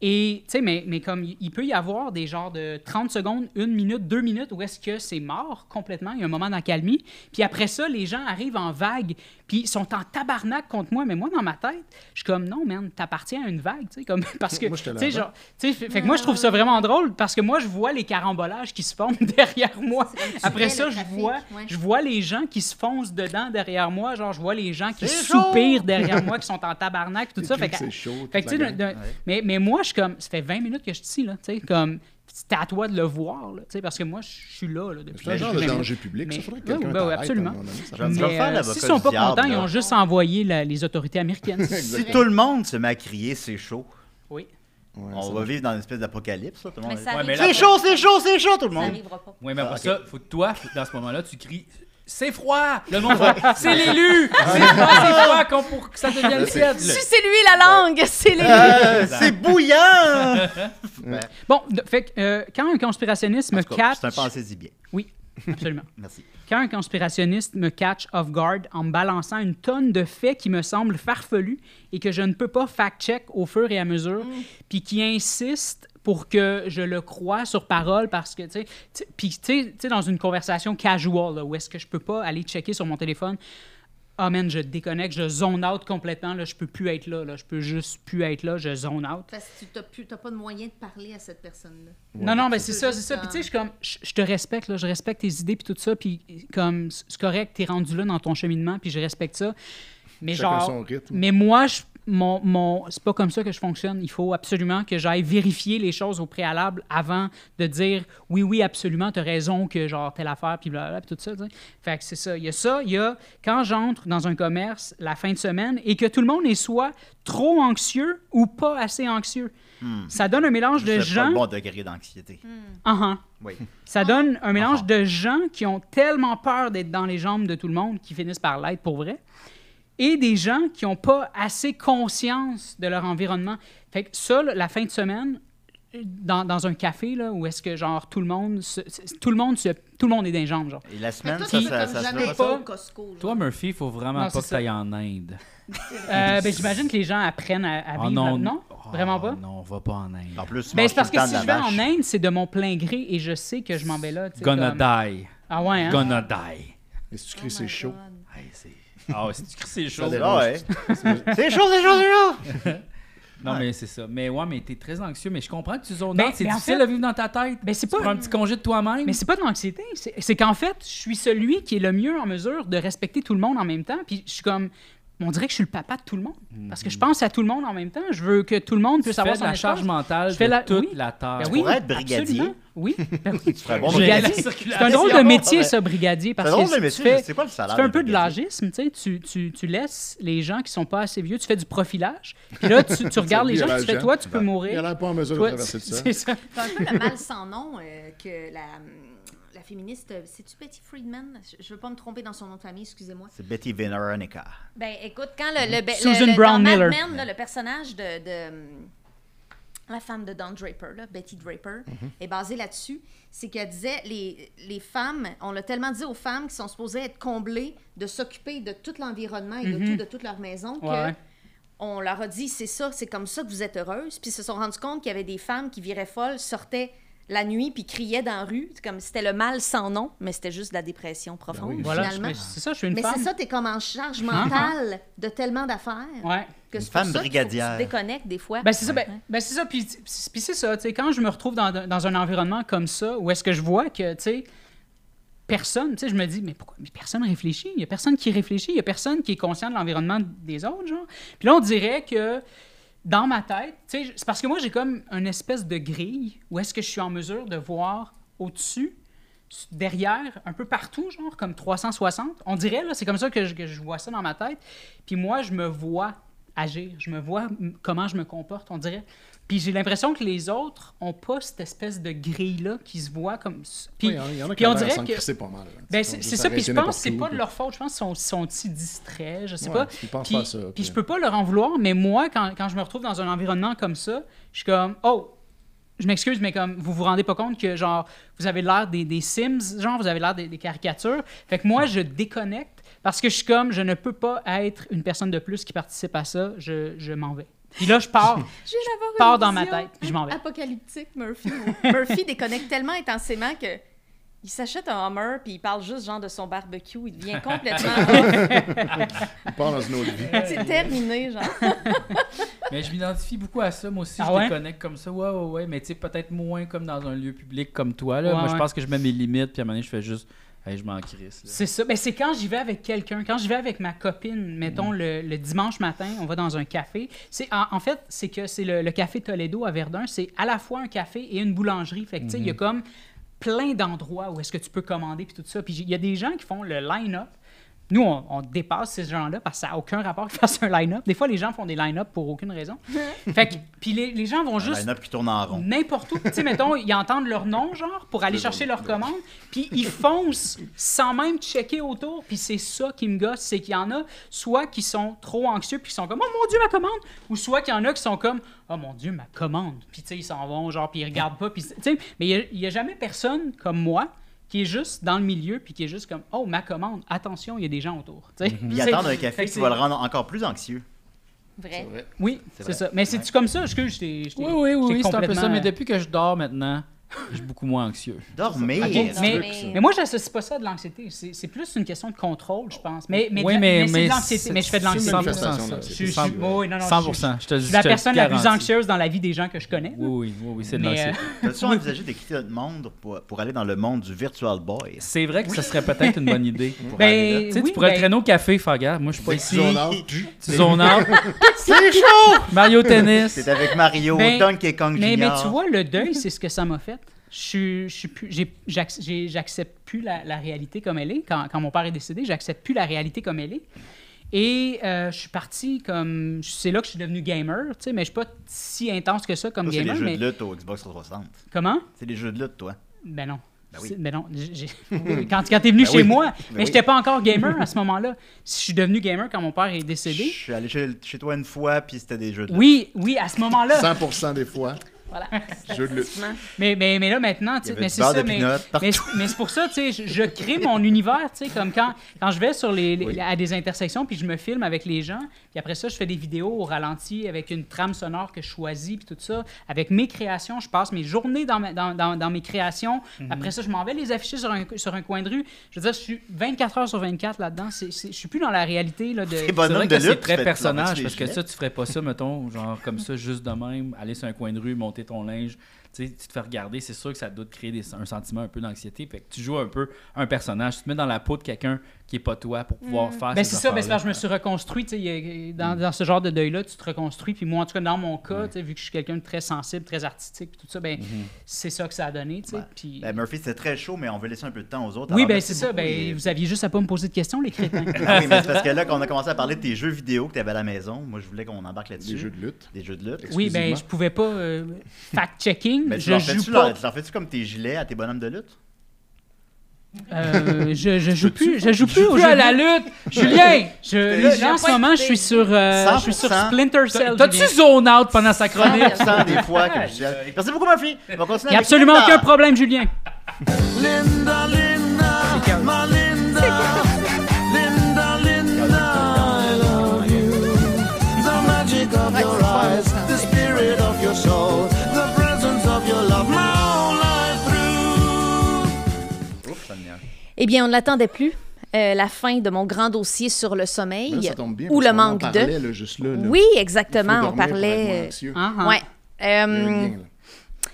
S5: Et, tu sais, mais, mais comme il- il peut y avoir des genres de 30 secondes, 1 minute, 2 minutes où est-ce que c'est mort complètement, il y a un moment d'accalmie. Puis après ça, les gens arrivent en vague, puis ils sont en tabarnak contre moi. Mais moi, dans ma tête, je suis comme, non, man, t'appartiens à une vague, tu sais, comme, parce que,
S4: Moi,
S5: tu
S4: j'étais
S5: sais,
S4: là-bas.
S5: genre, tu sais, fait, fait que moi, je trouve ça vraiment drôle parce que moi, je vois les carambolages qui se forment derrière moi. Après
S6: tunnel,
S5: ça,
S6: le
S5: je
S6: trafic,
S5: vois,
S6: ouais.
S5: je vois les gens qui se foncent dedans derrière moi. Genre, je vois les gens qui
S2: C'est
S5: soupirent derrière moi, qui sont en tabarnak, tout ça. Fait que,
S4: C'est chaud.
S5: fait que, tu sais,
S4: toute la
S5: d'un- d'un- mais, mais moi, je suis comme, ça fait 20 minutes que je suis ici, là, tu sais, comme, c'était à toi de le voir, là, tu sais, parce que moi, je suis là, là, depuis
S4: C'est un
S5: le
S4: genre de danger public,
S5: Mais-
S4: ça faudrait que
S5: Ouais,
S4: quelqu'un
S5: ouais,
S4: t'arrête,
S5: ouais, absolument.
S4: à mon avis, ça.
S2: Je vais me faire l'avocat
S5: euh, S'ils sont
S2: du
S5: pas
S2: diable,
S5: contents, ils
S2: là.
S5: ont juste envoyé la- les autorités américaines.
S2: Si tout le monde se met à crier c'est chaud,
S5: oui.
S4: Ouais, ça
S2: on va vivre dans une espèce d'apocalypse. là, tout le
S6: Mais
S2: monde.
S6: ça
S3: Ouais, mais
S6: arrive-
S3: là-
S2: C'est chaud, c'est chaud, c'est chaud, tout le
S6: ça
S2: monde.
S6: arrivera pas.
S3: Oui, mais après
S2: Ah, ok.
S3: ça, faut que toi, faut- dans ce moment-là, tu cries C'est froid Le monde va C'est l'élu
S5: Ah.
S3: C'est froid, c'est froid qu'on- pour que ça devienne le ciel.
S6: Sucez-lui la langue, c'est les...
S2: Euh, c'est bouillant!
S5: Bon, de- fait que, euh, quand un conspirationniste me
S2: En tout cas, C'est un
S5: catch...
S2: pensée-y bien.
S5: Oui, absolument.
S2: Merci.
S5: Quand un conspirationniste me catch off guard en me balançant une tonne de faits qui me semblent farfelus et que je ne peux pas fact-check au fur et à mesure, puis qui insiste pour que je le croie sur parole parce que, tu sais, tu- puis tu sais- tu sais, dans une conversation casual, là, où est-ce que je peux pas aller checker sur mon téléphone, ah man, je déconnecte, je zone out complètement, là, je peux plus être là, là, je peux juste plus être là, je zone out.
S6: Parce que tu n'as pas de moyen de parler à cette personne-là.
S5: Non, non, mais c'est ça,
S6: peux
S5: c'est ça.
S6: juste, euh,
S5: Puis tu sais, je suis comme, je je te respecte, là, je respecte tes idées, puis tout ça, puis comme, c'est correct, t'es rendu là dans ton cheminement, puis je respecte ça. Mais
S4: Chacun
S5: genre,
S4: son rythme.
S5: mais moi, je, mon, mon, c'est pas comme ça que je fonctionne. Il faut absolument que j'aille vérifier les choses au préalable avant de dire, oui, oui, absolument, t'as raison que genre telle affaire, puis blablabla, puis tout ça. tu sais. Fait que c'est ça. Il y a ça, il y a quand j'entre dans un commerce la fin de semaine et que tout le monde est soit trop anxieux ou pas assez anxieux. Ça donne un mélange de
S2: C'est pas
S5: gens.
S2: le bon degré d'anxiété.
S5: Uh-huh.
S2: Oui.
S5: Ça donne
S3: Ah.
S5: un mélange de gens qui ont tellement peur d'être dans les jambes de tout le monde qu'ils finissent par l'être pour vrai et des gens qui n'ont pas assez conscience de leur environnement. Fait que ça, là, la fin de semaine, dans, dans un café, là, où est-ce que genre tout le monde se, se- tout le monde se, tout le monde est dans les jambes, genre.
S2: Et la semaine, ça, ça, ça se fait pas.
S5: pas.
S6: Costco.
S3: Toi, Murphy, faut vraiment
S5: Non,
S3: pas
S5: c'est
S3: que t'ailles en Inde.
S5: Euh, ben, J'imagine que les gens apprennent à, à
S3: Oh,
S5: vivre. là- non,
S3: Oh,
S5: vraiment pas.
S3: Non, on va pas en Inde.
S2: En plus,
S5: Ben, c'est parce que si je vais en Inde, c'est de mon plein gré et je sais que je m'en vais là. tu sais,
S3: Gonna
S5: comme-
S3: die.
S5: Ah ouais, hein?
S3: Gonna die.
S4: Mais si tu cries, c'est chaud.
S3: Hey, c'est- Ah, si tu cries, c'est chaud.
S2: Ah ouais. c'est chaud, c'est chaud, c'est chaud!
S3: Non, mais c'est ça. Mais ouais, mais t'es très anxieux. Mais je comprends que tu zones
S5: Ben,
S3: out. C'est
S5: mais en
S3: difficile
S5: fait-
S3: à vivre dans ta tête.
S5: Ben, c'est
S3: Tu
S5: pas-
S3: prends un petit congé de toi-même.
S5: Mais c'est pas de l'anxiété, c'est c'est qu'en fait, je suis celui qui est le mieux en mesure de respecter tout le monde en même temps, puis je suis comme on dirait que je suis le papa de tout le monde parce que je pense à tout le monde en même temps, je veux que tout le monde
S3: Tu
S5: puisse
S3: fais
S5: avoir
S3: de
S5: son
S3: la
S5: espace.
S3: charge mentale
S5: Je fais
S3: de
S5: la-
S3: toute
S5: oui.
S3: la terre.
S5: Ben
S2: Tu
S5: oui,
S2: pourrais être brigadier.
S5: absolument. Oui, ben oui.
S2: ferais un bon
S5: Brigadier.
S2: brigadier.
S5: C'est un drôle de métier, ça, brigadier.
S2: C'est
S5: Parce
S2: drôle,
S5: que
S2: mais
S5: tu fais,
S2: c'est quoi le salaire?
S5: tu fais un peu de
S2: brigadier?
S5: l'agisme, tu sais, tu, tu, tu laisses les gens qui sont pas assez vieux, tu fais du profilage, puis là, tu, tu regardes les gens, tu fais, toi, tu peux
S4: Ben, Il a
S5: mourir.
S4: l'air pas en mesure de
S5: Toi,
S4: traverser
S5: tu-
S4: le sol.
S5: c'est ça.
S6: C'est un peu le mal sans nom euh, que la, la féministe. euh, C'est-tu Betty Friedman? Je- Je veux pas me tromper dans son nom de famille, excusez-moi.
S2: C'est Betty Veronica.
S6: Ben, écoute, quand le. le, le- le-
S5: Susan
S6: dans
S5: Brown
S6: Mad
S5: Miller.
S6: Men, là, le personnage de. de, hum, la femme de Don Draper, là, Betty Draper, est basée là-dessus. C'est qu'elle disait les, les femmes, on l'a tellement dit aux femmes qui sont supposées être comblées de s'occuper de tout l'environnement et de tout, de toute leur maison, que
S5: Mhm. Ouais, ouais.
S6: on leur a dit c'est ça, c'est comme ça que vous êtes heureuse. Puis ils se sont rendus compte qu'il y avait des femmes qui viraient folles, sortaient la nuit puis criait dans la rue. C'est comme c'était le mal sans nom, mais c'était juste de la dépression profonde,
S4: oui,
S5: Voilà,
S6: finalement.
S5: je- c'est ça, je suis une
S6: Mais
S5: femme.
S6: c'est ça, t'es comme en charge mentale de tellement d'affaires.
S5: Ouais.
S6: Que
S2: Une
S6: c'est pour
S2: femme
S6: ça qu'il faut que
S2: brigadière.
S6: Tu déconnectes des fois.
S5: Ben, c'est ça, ben, ben, c'est ça. Puis, puis c'est ça, tu sais, quand je me retrouve dans, dans un environnement comme ça, où est-ce que je vois que, tu sais, personne, tu sais, je me dis, mais pourquoi mais personne réfléchit? Il n'y a personne qui réfléchit, il n'y a personne qui est conscient de l'environnement des autres, genre. Puis là, on dirait que dans ma tête, tu sais, c'est parce que moi, j'ai comme une espèce de grille où est-ce que je suis en mesure de voir au-dessus, s- derrière, un peu partout, genre, comme 360. On dirait, là, c'est comme ça que je, que je vois ça dans ma tête. Puis moi, je me vois agir, je me vois m- comment je me comporte, on dirait. Puis j'ai l'impression que les autres ont pas cette espèce de grille-là qui se voit comme... s- Puis,
S4: Oui, hein, il y en a
S5: puis
S4: qui
S5: on
S4: ont l'air
S5: dirait
S4: s'en
S5: que...
S4: crisser pas mal. hein.
S5: Ben,
S4: Ils
S5: c'est
S4: sont
S5: c'est
S4: juste
S5: ça, puis je
S4: arrêtés
S5: pense que c'est pas
S4: n'importe
S5: de
S4: où,
S5: leur faute. Je pense qu'ils sont, sont-ils distraits, je sais
S4: Ouais,
S5: pas.
S4: ils pensent
S5: Puis,
S4: pas à ça,
S5: puis
S4: puis-
S5: je peux pas leur en vouloir, mais moi, quand, quand je me retrouve dans un environnement comme ça, je suis comme, oh, je m'excuse, mais comme, vous vous rendez pas compte que, genre, vous avez l'air des, des Sims, genre, vous avez l'air des, des caricatures. Fait que moi, je déconnecte parce que je suis comme, je ne peux pas être une personne de plus qui participe à ça, je, je m'en vais. Puis là, je pars.
S6: Je viens d'avoir
S5: pars
S6: une
S5: dans ma
S6: vision
S5: tête, puis je m'en vais.
S6: Apocalyptique, Murphy. Murphy déconnecte tellement intensément que il s'achète un Hummer puis il parle juste genre de son barbecue. Il devient complètement.
S4: là. Ils partent dans une autre vie.
S6: c'est terminé, genre.
S3: Mais je m'identifie beaucoup à ça. Moi aussi,
S5: Ah
S3: je
S5: ouais?
S3: déconnecte comme ça. Ouais, ouais, ouais. Mais tu sais, peut-être moins comme dans un lieu public comme toi. Là.
S5: Ouais,
S3: Moi,
S5: ouais.
S3: je pense que je mets mes limites. Puis à un moment donné, je fais juste. Hey, je m'en crisse. là.
S5: C'est ça. Ben, c'est quand j'y vais avec quelqu'un, quand j'y vais avec ma copine, mettons le, le dimanche matin, on va dans un café. C'est en, en fait, c'est que c'est le, le café Toledo à Verdun, c'est à la fois un café et une boulangerie. Fait que tu sais, il y a comme plein d'endroits où est-ce que tu peux commander puis tout ça. Puis il y a des gens qui font le line-up. Nous, on, on dépasse ces gens-là parce que ça n'a aucun rapport qu'ils fassent un line-up. Des fois, les gens font des line-up pour aucune raison. fait que, puis les, les gens vont juste
S2: Il y en a qui tournent en rond.
S5: n'importe où. tu sais, mettons, ils entendent leur nom, genre, pour aller chercher leur commande, puis ils foncent sans même checker autour. Puis c'est ça qui me gosse, c'est qu'il y en a soit qui sont trop anxieux, puis qui sont comme « Oh mon Dieu, ma commande! » Ou soit qu'il y en a qui sont comme « Oh mon Dieu, ma commande! » Puis tu sais, ils s'en vont, genre, puis ils regardent pas, puis tu sais, mais il y a- il y a, jamais personne comme moi qui est juste dans le milieu, puis qui est juste comme « Oh, ma commande! Attention, il y a des gens autour! » Tu sais,
S2: Puis
S5: c'est-
S2: attendre un
S5: fait
S2: café,
S5: que
S2: tu
S5: c'est-
S2: vas le rendre encore plus anxieux.
S6: Vrai.
S5: Oui, c'est
S2: vrai.
S5: ça. Mais c'est-tu comme ça? Est-ce que je t'ai... je t'ai-
S3: Oui, oui,
S5: je t'ai
S3: oui. C'est un peu ça.
S5: complètement- euh,
S3: Mais depuis que je dors maintenant, je suis beaucoup moins anxieux.
S2: Dormir.
S5: Ok,
S6: Non,
S5: mais,
S6: mais-
S5: mais moi, j'associe pas ça à de l'anxiété. C'est c'est plus une question de contrôle, je pense. Mais, mais, de
S3: Oui,
S5: la-
S3: mais,
S5: mais c'est de l'anxiété. Mais je fais de
S3: c'est
S5: l'anxiété.
S3: 100%,
S4: l'anxiété.
S3: ça.
S5: Je
S4: C'est
S5: suis- je suis-
S3: 100%,
S5: oui, non, non, je suis-
S3: 100%, je te-
S5: Je suis la
S3: te
S5: personne la plus
S3: garantis.
S5: anxieuse dans la vie des gens que je connais. là.
S3: Oui, oui, oui, oui, c'est de
S5: Mais, euh,
S3: l'anxiété.
S2: T'as-tu envisagé de quitter notre monde pour, pour aller dans le monde du Virtual Boy?
S3: C'est vrai que ce serait peut-être une bonne idée.
S2: Pour
S5: Ben,
S2: aller là.
S3: Tu sais,
S5: oui,
S3: tu pourrais
S5: ben-
S3: traîner au café, faire regarde, Moi, je suis pas ici.
S4: Zone out.
S3: Tu zones out. C'est chaud! Mario Tennis.
S2: C'est avec Mario,
S5: Ben,
S2: Donkey Kong
S5: Mais, mais
S2: Junior.
S5: tu vois, le deuil, c'est ce que ça m'a fait. Je suis- je suis plus- j'ai- j'ac- j'ai- J'accepte plus la, la réalité comme elle est. Quand, quand mon père est décédé, j'accepte plus la réalité comme elle est. Et euh, je suis parti comme. C'est là que je suis devenu gamer, tu sais, mais je suis pas si intense que ça comme
S2: Toi, c'est les
S5: gamer.
S2: jeux
S5: Mais...
S2: de lutte au Xbox 360.
S5: Comment?
S2: C'est les jeux de lutte, toi.
S5: Ben non.
S2: Ben oui.
S5: C'est- Ben non. j'ai- j'ai- Quand, quand t'es venu
S2: Ben
S5: chez
S2: oui.
S5: moi,
S2: Ben
S5: mais
S2: oui.
S5: j'étais pas encore gamer à ce moment-là. Si Je suis devenu gamer quand mon père est
S2: Je
S5: décédé.
S2: suis allé chez, chez toi une fois, puis c'était des jeux de lutte.
S5: Oui, oui, à ce moment-là.
S4: 100% des fois,
S6: Voilà.
S4: jeu de lutte.
S5: Mais, mais, mais là, maintenant,
S2: Il y
S5: tu sais,
S2: avait
S5: mais
S2: du
S5: c'est
S2: beurre
S5: ça.
S2: de
S5: Mais,
S2: peanut
S5: mais,
S2: partout.
S5: mais c'est pour ça, tu sais, je, je crée mon univers, tu sais, comme quand, quand je vais sur les, les- à des intersections, puis je me filme avec les gens, puis après ça, je fais des vidéos au ralenti avec une trame sonore que je choisis, puis tout ça. Avec mes créations, je passe mes journées dans, ma- dans, dans, dans mes créations.
S2: Mhm.
S5: Après ça, je m'en vais les afficher sur un, sur un coin de rue. Je veux dire, je suis 24 heures sur 24 là-dedans. C'est- c'est- Je suis plus dans la réalité, là, de...
S2: C'est
S3: C'est
S2: bonhomme
S3: vrai
S2: de
S3: que
S2: lutte.
S3: c'est
S2: tu fais-
S3: très
S2: tu
S3: personnage
S2: leur mets-tu
S3: parce que
S2: des
S3: ça, tu ferais pas ça, mettons, genre comme ça, juste de même, aller sur un coin de rue, monter ton linge, tu sais, tu te fais regarder, c'est sûr que ça doit te créer des- un sentiment un peu d'anxiété. Fait que tu joues un peu un personnage, tu te mets dans la peau de quelqu'un qui est pas toi pour pouvoir faire
S5: Ben
S3: ces
S5: c'est ça, ben c'est parce que
S3: affaires-là.
S5: je me suis reconstruit. tu sais, il y a- Dans, dans ce genre de deuil-là, tu te reconstruis. Puis moi, en tout cas, dans mon cas, tu sais, vu que je suis quelqu'un de très sensible, très artistique, puis tout ça, ben, c'est ça que ça a donné. tu sais, puis-
S2: Ben, Murphy, c'était très chaud, mais on veut laisser un peu de temps aux autres.
S5: oui,
S2: Alors,
S5: ben,
S2: merci
S5: c'est ça.
S2: beaucoup,
S5: Ben,
S2: et-
S5: Vous aviez juste à pas me poser de questions, les crétins.
S2: Ah oui, mais c'est parce que là, qu'on a commencé à parler de tes jeux vidéo que tu avais à la maison, moi, je voulais qu'on embarque là-dessus.
S4: Des jeux de lutte.
S2: Des jeux de lutte.
S5: oui, ben, je pouvais pas. euh, Fact-checking.
S2: Mais tu
S5: je
S2: leur fais-tu
S5: joue
S2: leur-
S5: pas.
S2: tu leur fais-tu comme tes gilets à tes bonhommes de lutte?
S5: euh, je, je joue plus. Je joue plus
S3: joue
S5: au
S3: plus
S5: jeu
S3: à
S5: de
S3: la
S5: lutte. Julien! Je,
S2: là,
S5: là, en
S6: j'ai
S5: ce
S6: pas
S5: moment, je
S6: écouté.
S5: suis sur, euh, je suis sur
S2: 100%.
S5: Splinter Cell.
S3: T'as-tu
S5: Julien.
S3: zone out pendant sa chronique?
S2: 100% des fois que je gèle. Merci beaucoup, Murphy. On va continuer
S5: Il n'y a
S2: avec
S5: absolument
S2: Linda.
S5: aucun problème, Julien.
S1: Linda, Linda, my Linda, Linda, Linda, I love you. The magic of your eyes, the spirit of your soul, the presence of your love, my own love.
S6: Eh bien, on ne l'attendait plus. Euh, la fin de mon grand dossier sur le sommeil
S4: Ben, ça tombe bien,
S6: ou
S4: parce
S6: le
S4: qu'on en
S6: manque
S4: parlait,
S6: de.
S4: là, juste là, là.
S6: Oui,
S4: Il faut
S6: exactement.
S4: dormir
S6: On
S4: pour être moins
S6: parlait. euh,
S4: anxieux.
S5: Hein, hein?
S6: Ouais. Euh,
S4: Le lien, là.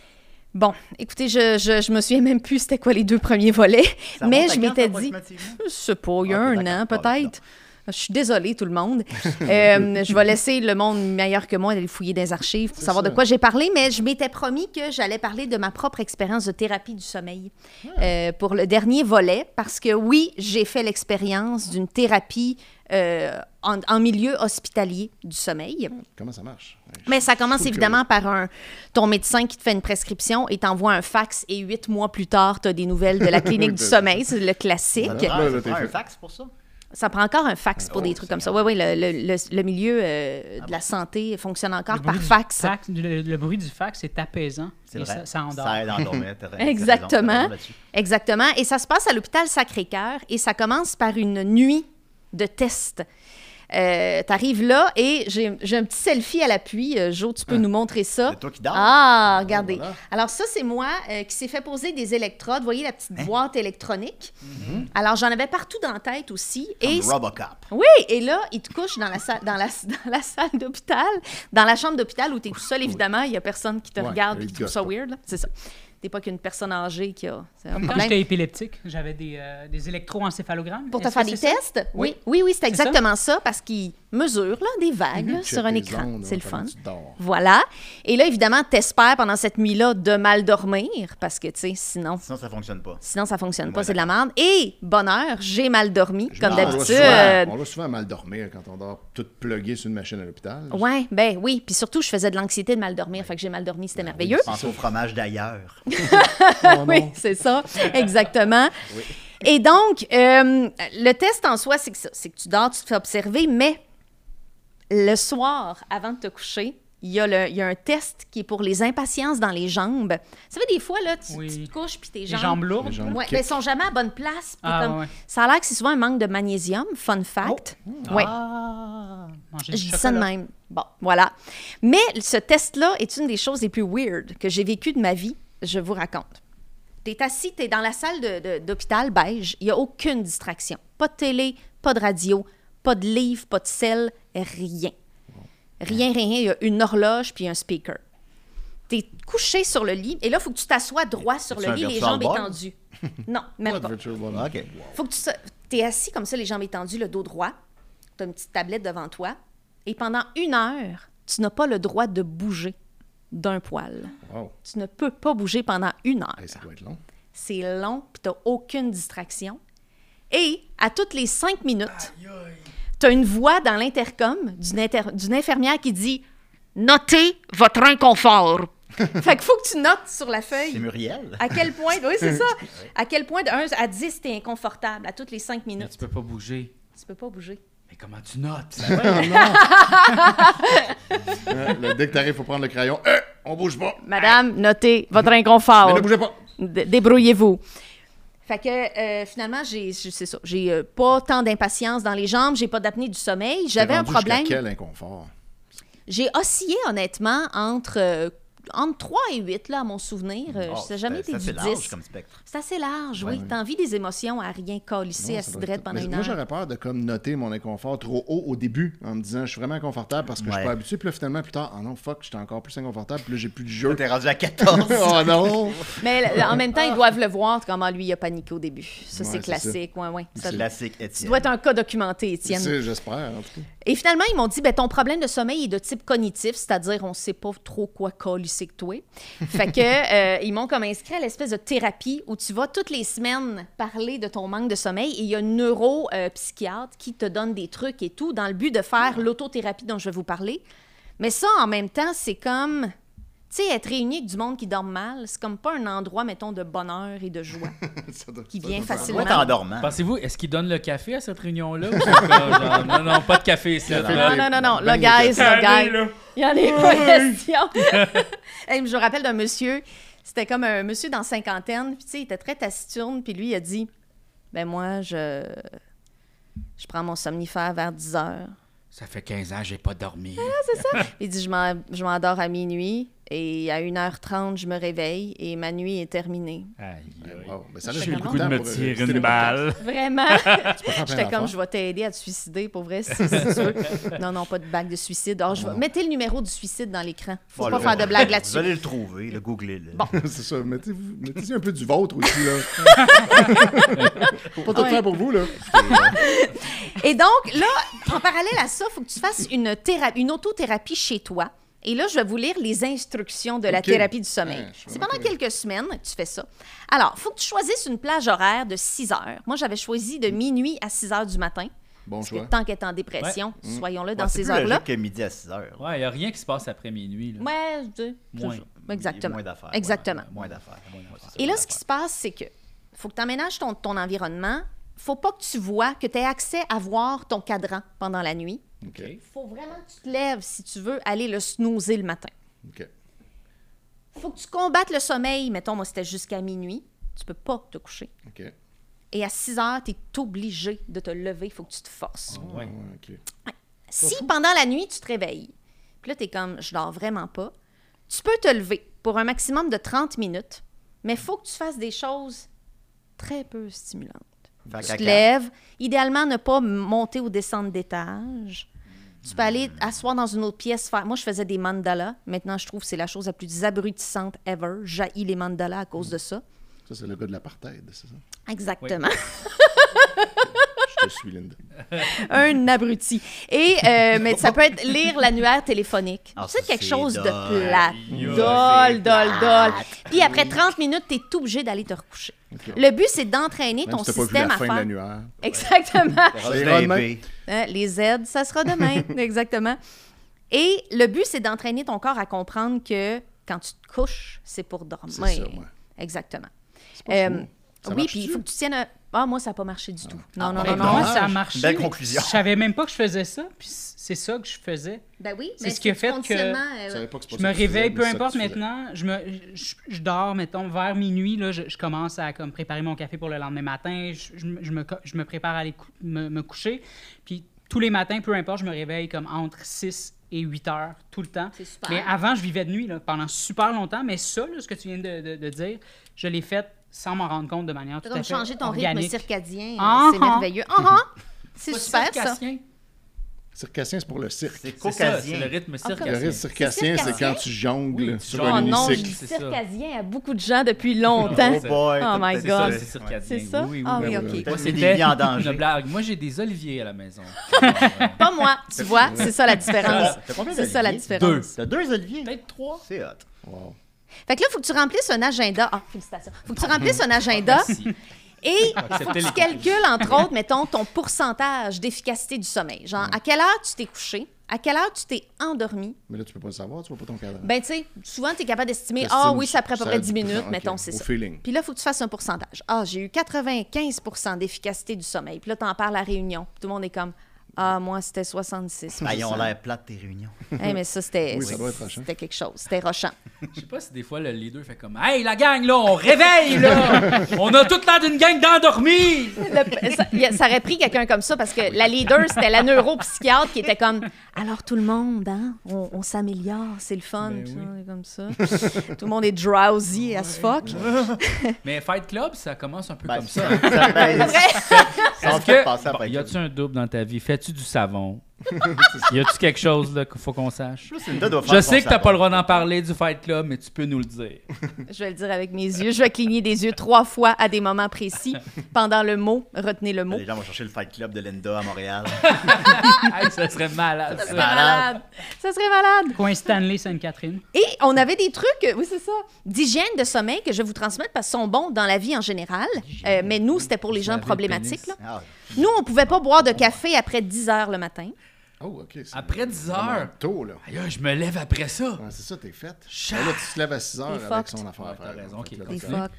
S6: bon, écoutez, je, je, je me souviens même plus c'était quoi les deux premiers volets,
S2: Ça
S6: mais
S2: remonte à
S6: je
S2: quand,
S6: m'étais dit,
S2: approximativement?
S6: je sais pas, il y a
S2: Ah,
S6: un
S2: d'accord,
S6: an
S2: pas maintenant.
S6: peut-être. Je suis désolée, tout le monde. Euh, je vais laisser le monde meilleur que moi aller fouiller dans les archives pour
S4: C'est
S6: savoir
S4: ça.
S6: de quoi j'ai parlé, mais je m'étais promis que j'allais parler de ma propre expérience de thérapie du sommeil
S2: Ah.
S6: euh, pour le dernier volet, parce que oui, j'ai fait l'expérience d'une thérapie euh, en, en milieu hospitalier du sommeil.
S4: Comment ça marche? Ouais,
S6: Mais ça
S4: Je
S6: commence
S4: suis
S6: évidemment par un ton médecin qui te fait une prescription et t'envoie un fax et huit mois plus tard, tu as des nouvelles de la clinique du sommeil, c'est le classique.
S4: Voilà.
S2: Ah,
S4: Là,
S2: ça
S4: là, t'es
S2: prend un
S4: fait.
S2: fax pour ça?
S6: Ça prend encore un fax pour des trucs comme ça. Oui, oui, le, le- le- le milieu euh, de la santé fonctionne encore
S5: Le
S6: par
S5: bruit du
S6: fax.
S5: Fax- le, le bruit du fax est apaisant.
S2: C'est
S5: et
S2: vrai.
S5: Ça, ça endort.
S2: aide à endormir, t'as raison, t'as raison
S6: Exactement.
S2: là-dessus.
S6: Exactement. Et ça se passe à l'hôpital Sacré-Cœur et ça commence par une nuit de tests. Euh, T'arrives là et j'ai j'ai un petit selfie à l'appui. Euh, Jo, tu peux nous montrer ça.
S2: Ah. C'est toi qui dors. ben
S6: Ah, regardez.
S4: voilà.
S6: Alors ça, c'est moi euh, qui s'est fait poser des électrodes. Vous voyez la
S2: Hein?
S6: petite boîte électronique? Alors j'en avais partout dans la tête aussi. Et
S2: Mhm. Comme Robocop.
S6: oui, et là, il te couche dans la salle, dans la, dans la salle d'hôpital, dans la chambre d'hôpital où tu es tout seul, évidemment, il n'y a personne qui te
S4: Ouais,
S6: regarde et
S4: il
S6: qui
S4: te
S6: trouve
S4: gosse
S6: ça
S4: pas. Ah,
S6: weird. là. C'est ça. T'es pas qu'une personne âgée qui a c'est un
S5: Quand
S6: problème.
S5: j'étais épileptique, j'avais des, euh, des électroencéphalogrammes.
S6: Pour te
S5: Est-ce
S6: faire
S5: que
S6: des
S5: c'est ça?
S6: tests?
S5: Oui.
S6: Oui, oui, oui, c'est
S5: ça?
S6: exactement ça, parce qu'ils mesurent là, des vagues là, sur
S4: Mhm. check
S6: un
S4: les
S6: écran.
S4: ondes, hein,
S6: C'est le
S4: pendant
S6: fun.
S4: que tu dors.
S6: Voilà. Et là, évidemment, t'espères pendant cette nuit-là de mal dormir, parce que, tu sais, sinon,
S2: Sinon, ça fonctionne pas.
S6: sinon ça fonctionne pas,
S2: Ouais,
S6: c'est de la merde. Et, bonheur, j'ai mal dormi,
S4: Je
S6: comme
S4: me demande, Ah, on doit
S6: d'habitude. euh,
S4: souvent- On doit souvent mal dormir quand on dort tout plugué sur une machine à l'hôpital.
S6: Ouais, ben oui. Puis surtout, je faisais de l'anxiété de mal dormir. Fait que j'ai mal dormi, c'était merveilleux.
S2: Pense au fromage d'ailleurs.
S4: Oh,
S6: oui,
S4: non.
S6: c'est ça, exactement. Et donc, euh, le test en soi, c'est que, ça, c'est que tu dors, tu te fais observer, mais le soir, avant de te coucher, il y, a le- il y a un test qui est pour les impatiences dans les jambes. Ça fait des fois, là, tu,
S5: Oui.
S6: tu te couches, puis tes
S5: Des
S6: jambes...
S5: jambes lourdes.
S4: Les gens
S6: Ouais,
S4: kick.
S6: mais elles sont jamais à bonne place. puis
S5: Ah,
S6: comme-
S5: ouais.
S6: Ça a l'air que c'est souvent un manque de magnésium, fun fact. Ouais.
S5: Manger du
S6: Je dis ça de
S5: chocolat.
S6: même. Bon, voilà. Mais ce test-là est une des choses les plus weird que j'ai vécues de ma vie. Je vous raconte. T'es assis, t'es dans la salle de- de- d'hôpital beige. Il n'y a aucune distraction. Pas de télé, pas de radio, pas de livre, pas de sel, rien. Rien, rien, rien. Il y a une horloge puis un speaker. T'es couché sur le lit. Et là, il faut que tu t'assoies droit sur
S2: C'est
S6: le
S2: un
S6: lit, les
S2: virtual
S6: jambes
S2: bar?
S6: étendues. Non, même
S4: Pas de
S6: pas
S4: virtual body.
S2: OK.
S6: faut que tu so- t'es assis comme ça, les jambes étendues, le dos droit. Tu as une petite tablette devant toi. Et pendant une heure, tu n'as pas le droit de bouger d'un poil.
S4: Wow.
S6: Tu ne peux pas bouger pendant une heure.
S4: Hey, ça doit être long.
S6: C'est long, puis tu aucune distraction. Et à toutes les cinq minutes, tu as une voix dans l'intercom d'une inter- d'une infirmière qui dit Notez votre inconfort. fait qu'il faut que tu notes sur la
S2: C'est
S6: feuille
S2: Muriel.
S6: à quel point, oui, c'est ça, à quel point de 1 à 10, tu es inconfortable à toutes les cinq
S3: Mais
S6: minutes.
S3: tu peux pas bouger.
S6: Tu peux pas bouger.
S3: Mais comment tu notes?
S5: Ben
S4: Euh, là, dès que t'arrives, faut prendre le crayon. Euh, on bouge pas.
S6: Madame, notez votre
S4: Mais
S6: inconfort.
S4: ne bougez pas.
S6: D- Débrouillez-vous. Fait que euh, finalement, j'ai, je- c'est ça, j'ai euh, pas tant d'impatience dans les jambes, j'ai pas d'apnée du sommeil, j'avais
S4: T'es
S6: un
S4: rendu jusqu'à
S6: problème.
S4: Quel inconfort.
S6: J'ai oscillé honnêtement entre, euh, entre 3 et 8, là, à mon souvenir. Euh,
S2: Oh,
S6: ça n'a jamais
S2: c'est-
S6: été
S2: ça,
S6: du
S2: c'est large
S6: 10.
S2: comme spectre.
S6: C'est assez large, oui.
S4: Ouais.
S6: T'as envie des émotions à rien colisser,
S4: Non,
S6: à
S4: ça doit être
S6: sidrette
S4: tout.
S6: pendant
S4: Mais
S6: une
S4: Moi,
S6: heure.
S4: j'aurais peur de comme noter mon inconfort trop haut au début en me disant je suis vraiment inconfortable parce que je
S2: Ouais.
S4: suis pas habitué. Puis là, finalement, plus tard, ah non, fuck, j'étais encore plus inconfortable. Puis là, j'ai plus de jeu.
S2: T'es rendu à 14.
S4: oh non!
S6: Mais l- en même temps, ils doivent le voir comment lui, il a paniqué au début. Ça,
S4: Ah. Ouais,
S6: c'est
S4: c'est ça.
S6: classique. Ouais, ouais. Ça,
S4: C'est
S6: tu
S2: Classique Étienne.
S6: dois être un cas documenté, Étienne.
S4: C'est- J'espère, en tout cas.
S6: Et finalement, ils m'ont dit, ben, ton problème de sommeil est de type cognitif, c'est-à-dire on ne sait pas trop quoi colisser que toi. Fait que, euh, ils m'ont comme inscrit à l'espèce de thérapie où tu vas toutes les semaines parler de ton manque de sommeil et il y a une neuropsychiatre qui te donne des trucs et tout dans le but de faire l'autothérapie dont je vais vous parler. Mais ça, en même temps, c'est comme, tu sais, être réuni avec du monde qui dort mal, c'est comme pas un endroit, mettons, de bonheur et de joie
S4: Ça doit-
S6: qui
S4: ça
S6: vient
S4: doit faire mal.
S2: Tu dois
S6: facilement.
S2: être endormant.
S3: Pensez-vous, est-ce qu'ils donnent le café à cette réunion-là? ou c'est comme genre, non, non, pas de café ici.
S4: Café.
S3: là.
S6: Non, non, non, non.
S4: Ben,
S6: Là, guys, là,
S3: Allez,
S6: guys.
S3: là.
S6: Il y en a pas question. Hey, je me rappelle d'un monsieur, c'était comme un monsieur dans cinquantaine, puis tu sais, il était très taciturne, puis lui, il a dit Ben moi, je. Je prends mon somnifère vers 10 heures.
S3: Ça fait 15 ans, j'ai pas dormi.
S6: Il dit Je m'en- je m'endors à minuit et à 1h30, je me réveille et ma nuit est terminée.
S4: Wow. Ben, ça laisse
S6: J'ai le
S4: beaucoup
S6: goût de
S4: temps
S6: me
S4: pour, euh,
S10: tirer
S4: écouter
S10: une
S4: le podcast.
S10: balle.
S6: Vraiment.
S4: faire plein
S6: J'étais
S4: d'affaires.
S6: comme, je vais t'aider à te suicider, pour vrai, si, si tu veux. Non, non, pas de bague de suicide. Or, je vais- Mettez le numéro du suicide dans l'écran. Faut
S2: Voilà.
S6: pas faire de blague
S2: Vous
S6: là-dessus.
S2: allez le trouver, le googlez-le.
S4: C'est ça, mettez-vous- mettez-y un peu du vôtre aussi, là. Faut pas tout
S6: Ouais.
S4: faire pour vous, là.
S6: Et donc, là, en parallèle à ça, il faut que tu fasses une, théra- une autothérapie chez toi. Et là, je vais vous lire les instructions de la
S4: Ok.
S6: thérapie du sommeil.
S4: Ah, je suis
S6: C'est
S4: vraiment
S6: pendant quelques semaines que tu fais ça. Alors, il faut que tu choisisses une plage horaire de 6 heures. Moi, j'avais choisi
S2: Mm.
S6: de minuit à 6 heures du matin.
S4: Bon
S6: Parce que
S4: choix.
S6: tant qu'elle est en dépression, soyons-le dans
S2: Ouais, c'est
S6: ces
S2: plus logique
S6: heures-là.
S2: que midi à 6 heures.
S3: Ouais, il n'y a rien qui se passe après minuit. Là.
S6: Ouais, je dis,
S3: Moins.
S6: toujours. Exactement.
S2: Moins d'affaires.
S6: Exactement.
S2: ouais, Moins d'affaires. moins d'affaires.
S6: Et là, ce qui se passe, c'est que faut que tu emménages ton, ton environnement. faut pas que tu vois, que tu aies accès à voir ton cadran pendant la nuit.
S4: OK.
S6: faut vraiment que tu te lèves si tu veux aller le snoozer le matin.
S4: OK.
S6: faut que tu combattes le sommeil. Mettons, moi, c'était jusqu'à minuit. Tu peux pas te coucher.
S4: OK.
S6: Et à 6 heures, tu es obligé de te lever. faut que tu te forces.
S3: Ah.
S4: Ouais, OK.
S6: Si pendant la nuit, tu te réveilles, puis là, tu es comme, je dors vraiment pas, tu peux te lever pour un maximum de 30 minutes, mais faut que tu fasses des choses très peu stimulantes.
S2: Faire
S6: Tu te
S2: caca.
S6: lèves, idéalement, ne pas monter ou descendre d'étage. Tu peux aller asseoir dans une autre pièce. Faire... Moi, je faisais des mandalas. Maintenant, je trouve que c'est la chose la plus abrutissante ever. J'haïs les mandalas à cause de ça.
S4: Ça, c'est le gars de l'apartheid, c'est ça?
S6: Exactement.
S4: Je te suis, Linda.
S6: un abruti. Et, euh, mais ça peut être lire l'annuaire téléphonique.
S2: Ah,
S6: c'est
S2: ça,
S6: quelque
S2: c'est
S6: chose de
S2: dole.
S6: plat.
S2: Yo,
S6: Dol,
S2: c'est
S6: dol, dol. Puis après 30 minutes, tu es obligé d'aller te recoucher.
S4: OK.
S6: Le but, c'est d'entraîner
S4: Même
S6: ton
S4: si t'as pas vu
S6: système
S4: la hein.
S6: à
S4: fin
S6: faire.
S4: de l'annuaire.
S6: Exactement.
S2: C'est
S4: Iron Man.
S2: limpé.
S6: Hein, les aides, ça sera demain. Exactement. Et le but, c'est d'entraîner ton corps à comprendre que quand tu te couches, c'est pour dormir.
S4: C'est ça, ouais.
S6: Exactement.
S4: pas
S6: Euh,
S4: fou. Ça
S6: oui,
S4: marche-tu?
S6: puis il faut que tu tiennes un... Ah, moi, ça n'a pas marché du tout. Non, non,
S5: Ben,
S6: non, non.
S5: moi,
S2: Ah, dommage.
S5: ça a marché.
S2: Belle
S5: mais
S2: conclusion.
S5: Je savais même pas que je faisais ça, puis c'est ça que je faisais.
S6: Ben oui,
S5: C'est ce qui a fait que-
S6: euh,
S4: Je savais pas que c'est
S5: Je
S4: pas ça
S5: me
S4: que tu
S5: réveille,
S4: faisais,
S5: peu
S4: mais ça
S5: importe
S4: que tu faisais.
S5: maintenant, je, me, je, je dors, mettons, vers minuit, là, je, je commence à comme, préparer mon café pour le lendemain matin, je, je me- je me, co- je me prépare à aller cou- me, me coucher, puis tous les matins, peu importe, je me réveille comme entre 6 et 8 heures, tout le temps.
S6: C'est super.
S5: Mais avant, je vivais de nuit, là, pendant super longtemps, mais ça, là, ce que tu viens de, de- de dire, je l'ai fait sans m'en rendre compte de manière tout
S6: T'as
S5: à
S6: comme
S5: fait
S6: changer ton rythme
S5: organique.
S6: circadien.
S5: Ah,
S6: c'est
S5: ah.
S6: merveilleux. Ah, ah. C'est super, ça.
S3: circassien.
S4: Circassien, c'est pour le cirque.
S2: C'est
S3: C'est ça, c'est
S2: caucasien.
S3: le rythme
S4: Le
S3: circassien.
S4: rythme circassien,
S6: C'est
S4: c'est quand
S6: circassien?
S4: tu jongles
S3: Oui, tu
S4: sur
S3: jongles.
S6: Oh
S4: un
S6: non, je
S4: hémicycle.
S6: dis circadien à beaucoup de gens depuis longtemps.
S2: Oh boy.
S6: Oh my
S3: C'est
S6: God.
S3: ça, c'est circassien.
S6: C'est ça?
S3: ben Oui, oui,
S6: ah oui,
S4: oui,
S6: OK.
S4: oui.
S2: Moi, c'est
S3: C'était
S2: des vies en
S3: une
S2: danger.
S3: blague. Moi, j'ai des oliviers à la maison.
S6: Pas moi, tu vois, c'est ça la différence.
S2: T'as combien
S6: Ah, C'est ça la
S2: d'oliviers?
S3: Deux.
S6: différence.
S2: T'as deux oliviers.
S3: Peut-être trois.
S2: C'est hot.
S4: Wow.
S6: Fait que là, il faut que tu remplisses un agenda. Ah, félicitations. faut que tu remplisses un agenda
S3: Si.
S6: et faut que
S3: Ah, Accepter
S6: tu
S3: les-
S6: calcules, entre autres, mettons, ton pourcentage d'efficacité du sommeil. Genre, à quelle heure tu t'es couché, à quelle heure tu t'es endormi.
S4: Mais là, tu peux pas le savoir, tu vois pas ton cadran.
S6: Ben, tu sais, souvent, tu es capable d'estimer,
S4: T'estimes,
S6: ah oui, ça prend à peu
S4: ça-
S6: près 10 minutes,
S4: ok,
S6: mettons, c'est
S4: au
S6: ça.
S4: feeling.
S6: Puis là, il faut que tu fasses un pourcentage. Ah, j'ai eu 95 d'efficacité du sommeil. Puis là, t'en parles à la réunion. Puis Tout le monde est comme, ah, moi, c'était 66
S2: Ah, ils ont l'air plates, tes réunions.
S6: Hey, Eh, mais ça, c'était
S4: Oui, ça doit être rochant.
S6: c'était quelque chose. C'était rochant.
S3: Je sais pas si des fois le leader fait comme Hey la gang là, on réveille là! On a toute l'air d'une gang d'endormis!
S6: Le- ça, y a- ça aurait pris quelqu'un comme ça parce que la leader, c'était la neuropsychiatre qui était comme Alors tout le monde, hein, on, on s'améliore, c'est le fun. Puis on est comme ça. tout le monde est drowsy as fuck.
S3: Mais Fight Club, ça commence un peu
S2: Ben,
S3: comme ça.
S2: Ça, ben, ça en
S3: Est-ce
S2: fait
S3: que.
S2: passer
S3: Bon,
S2: après
S3: y
S2: Club.
S3: a-tu un double dans ta vie? Fais-tu du savon? y a-tu quelque chose là qu'il faut qu'on sache?
S2: Linda doit faire
S3: Je sais que
S2: son
S3: t'as pas
S2: savon.
S3: le droit d'en parler du Fight Club, mais tu peux nous le dire.
S6: Je vais le dire avec mes yeux. Je vais cligner des yeux trois fois à des moments précis pendant le mot. Retenez le mot.
S2: Les gens vont chercher le Fight Club de Linda à Montréal.
S3: Hey, ça serait malade
S6: Ça serait
S3: ça.
S6: malade. Ça serait malade.
S5: Coin Stanley, Sainte-Catherine.
S6: Et on avait des trucs, euh, oui, c'est ça, d'hygiène de sommeil que je vais vous transmettre parce qu'ils sont bons dans la vie en général. Euh, mais nous, c'était pour les gens
S3: J'avais le
S6: problématiques.
S3: pénis.
S6: là.
S2: Ah,
S6: Nous, on pouvait pas boire de café après 10 heures le matin.
S4: Oh, OK. c'est-
S3: Après 10
S4: vraiment
S3: heures.
S4: Tôt, là.
S3: Aïe, je me lève après ça.
S4: Ouais, c'est ça, t'es faite. Ben
S3: Chat.
S4: Là, tu te lèves à 6 heures
S6: T'es
S4: avec
S6: fucked.
S4: son affaire.
S3: Ouais,
S4: à
S3: t'as
S4: faire,
S3: raison,
S4: là.
S3: ok,
S4: Fait que là,
S6: Des
S4: t'as-
S6: fuck.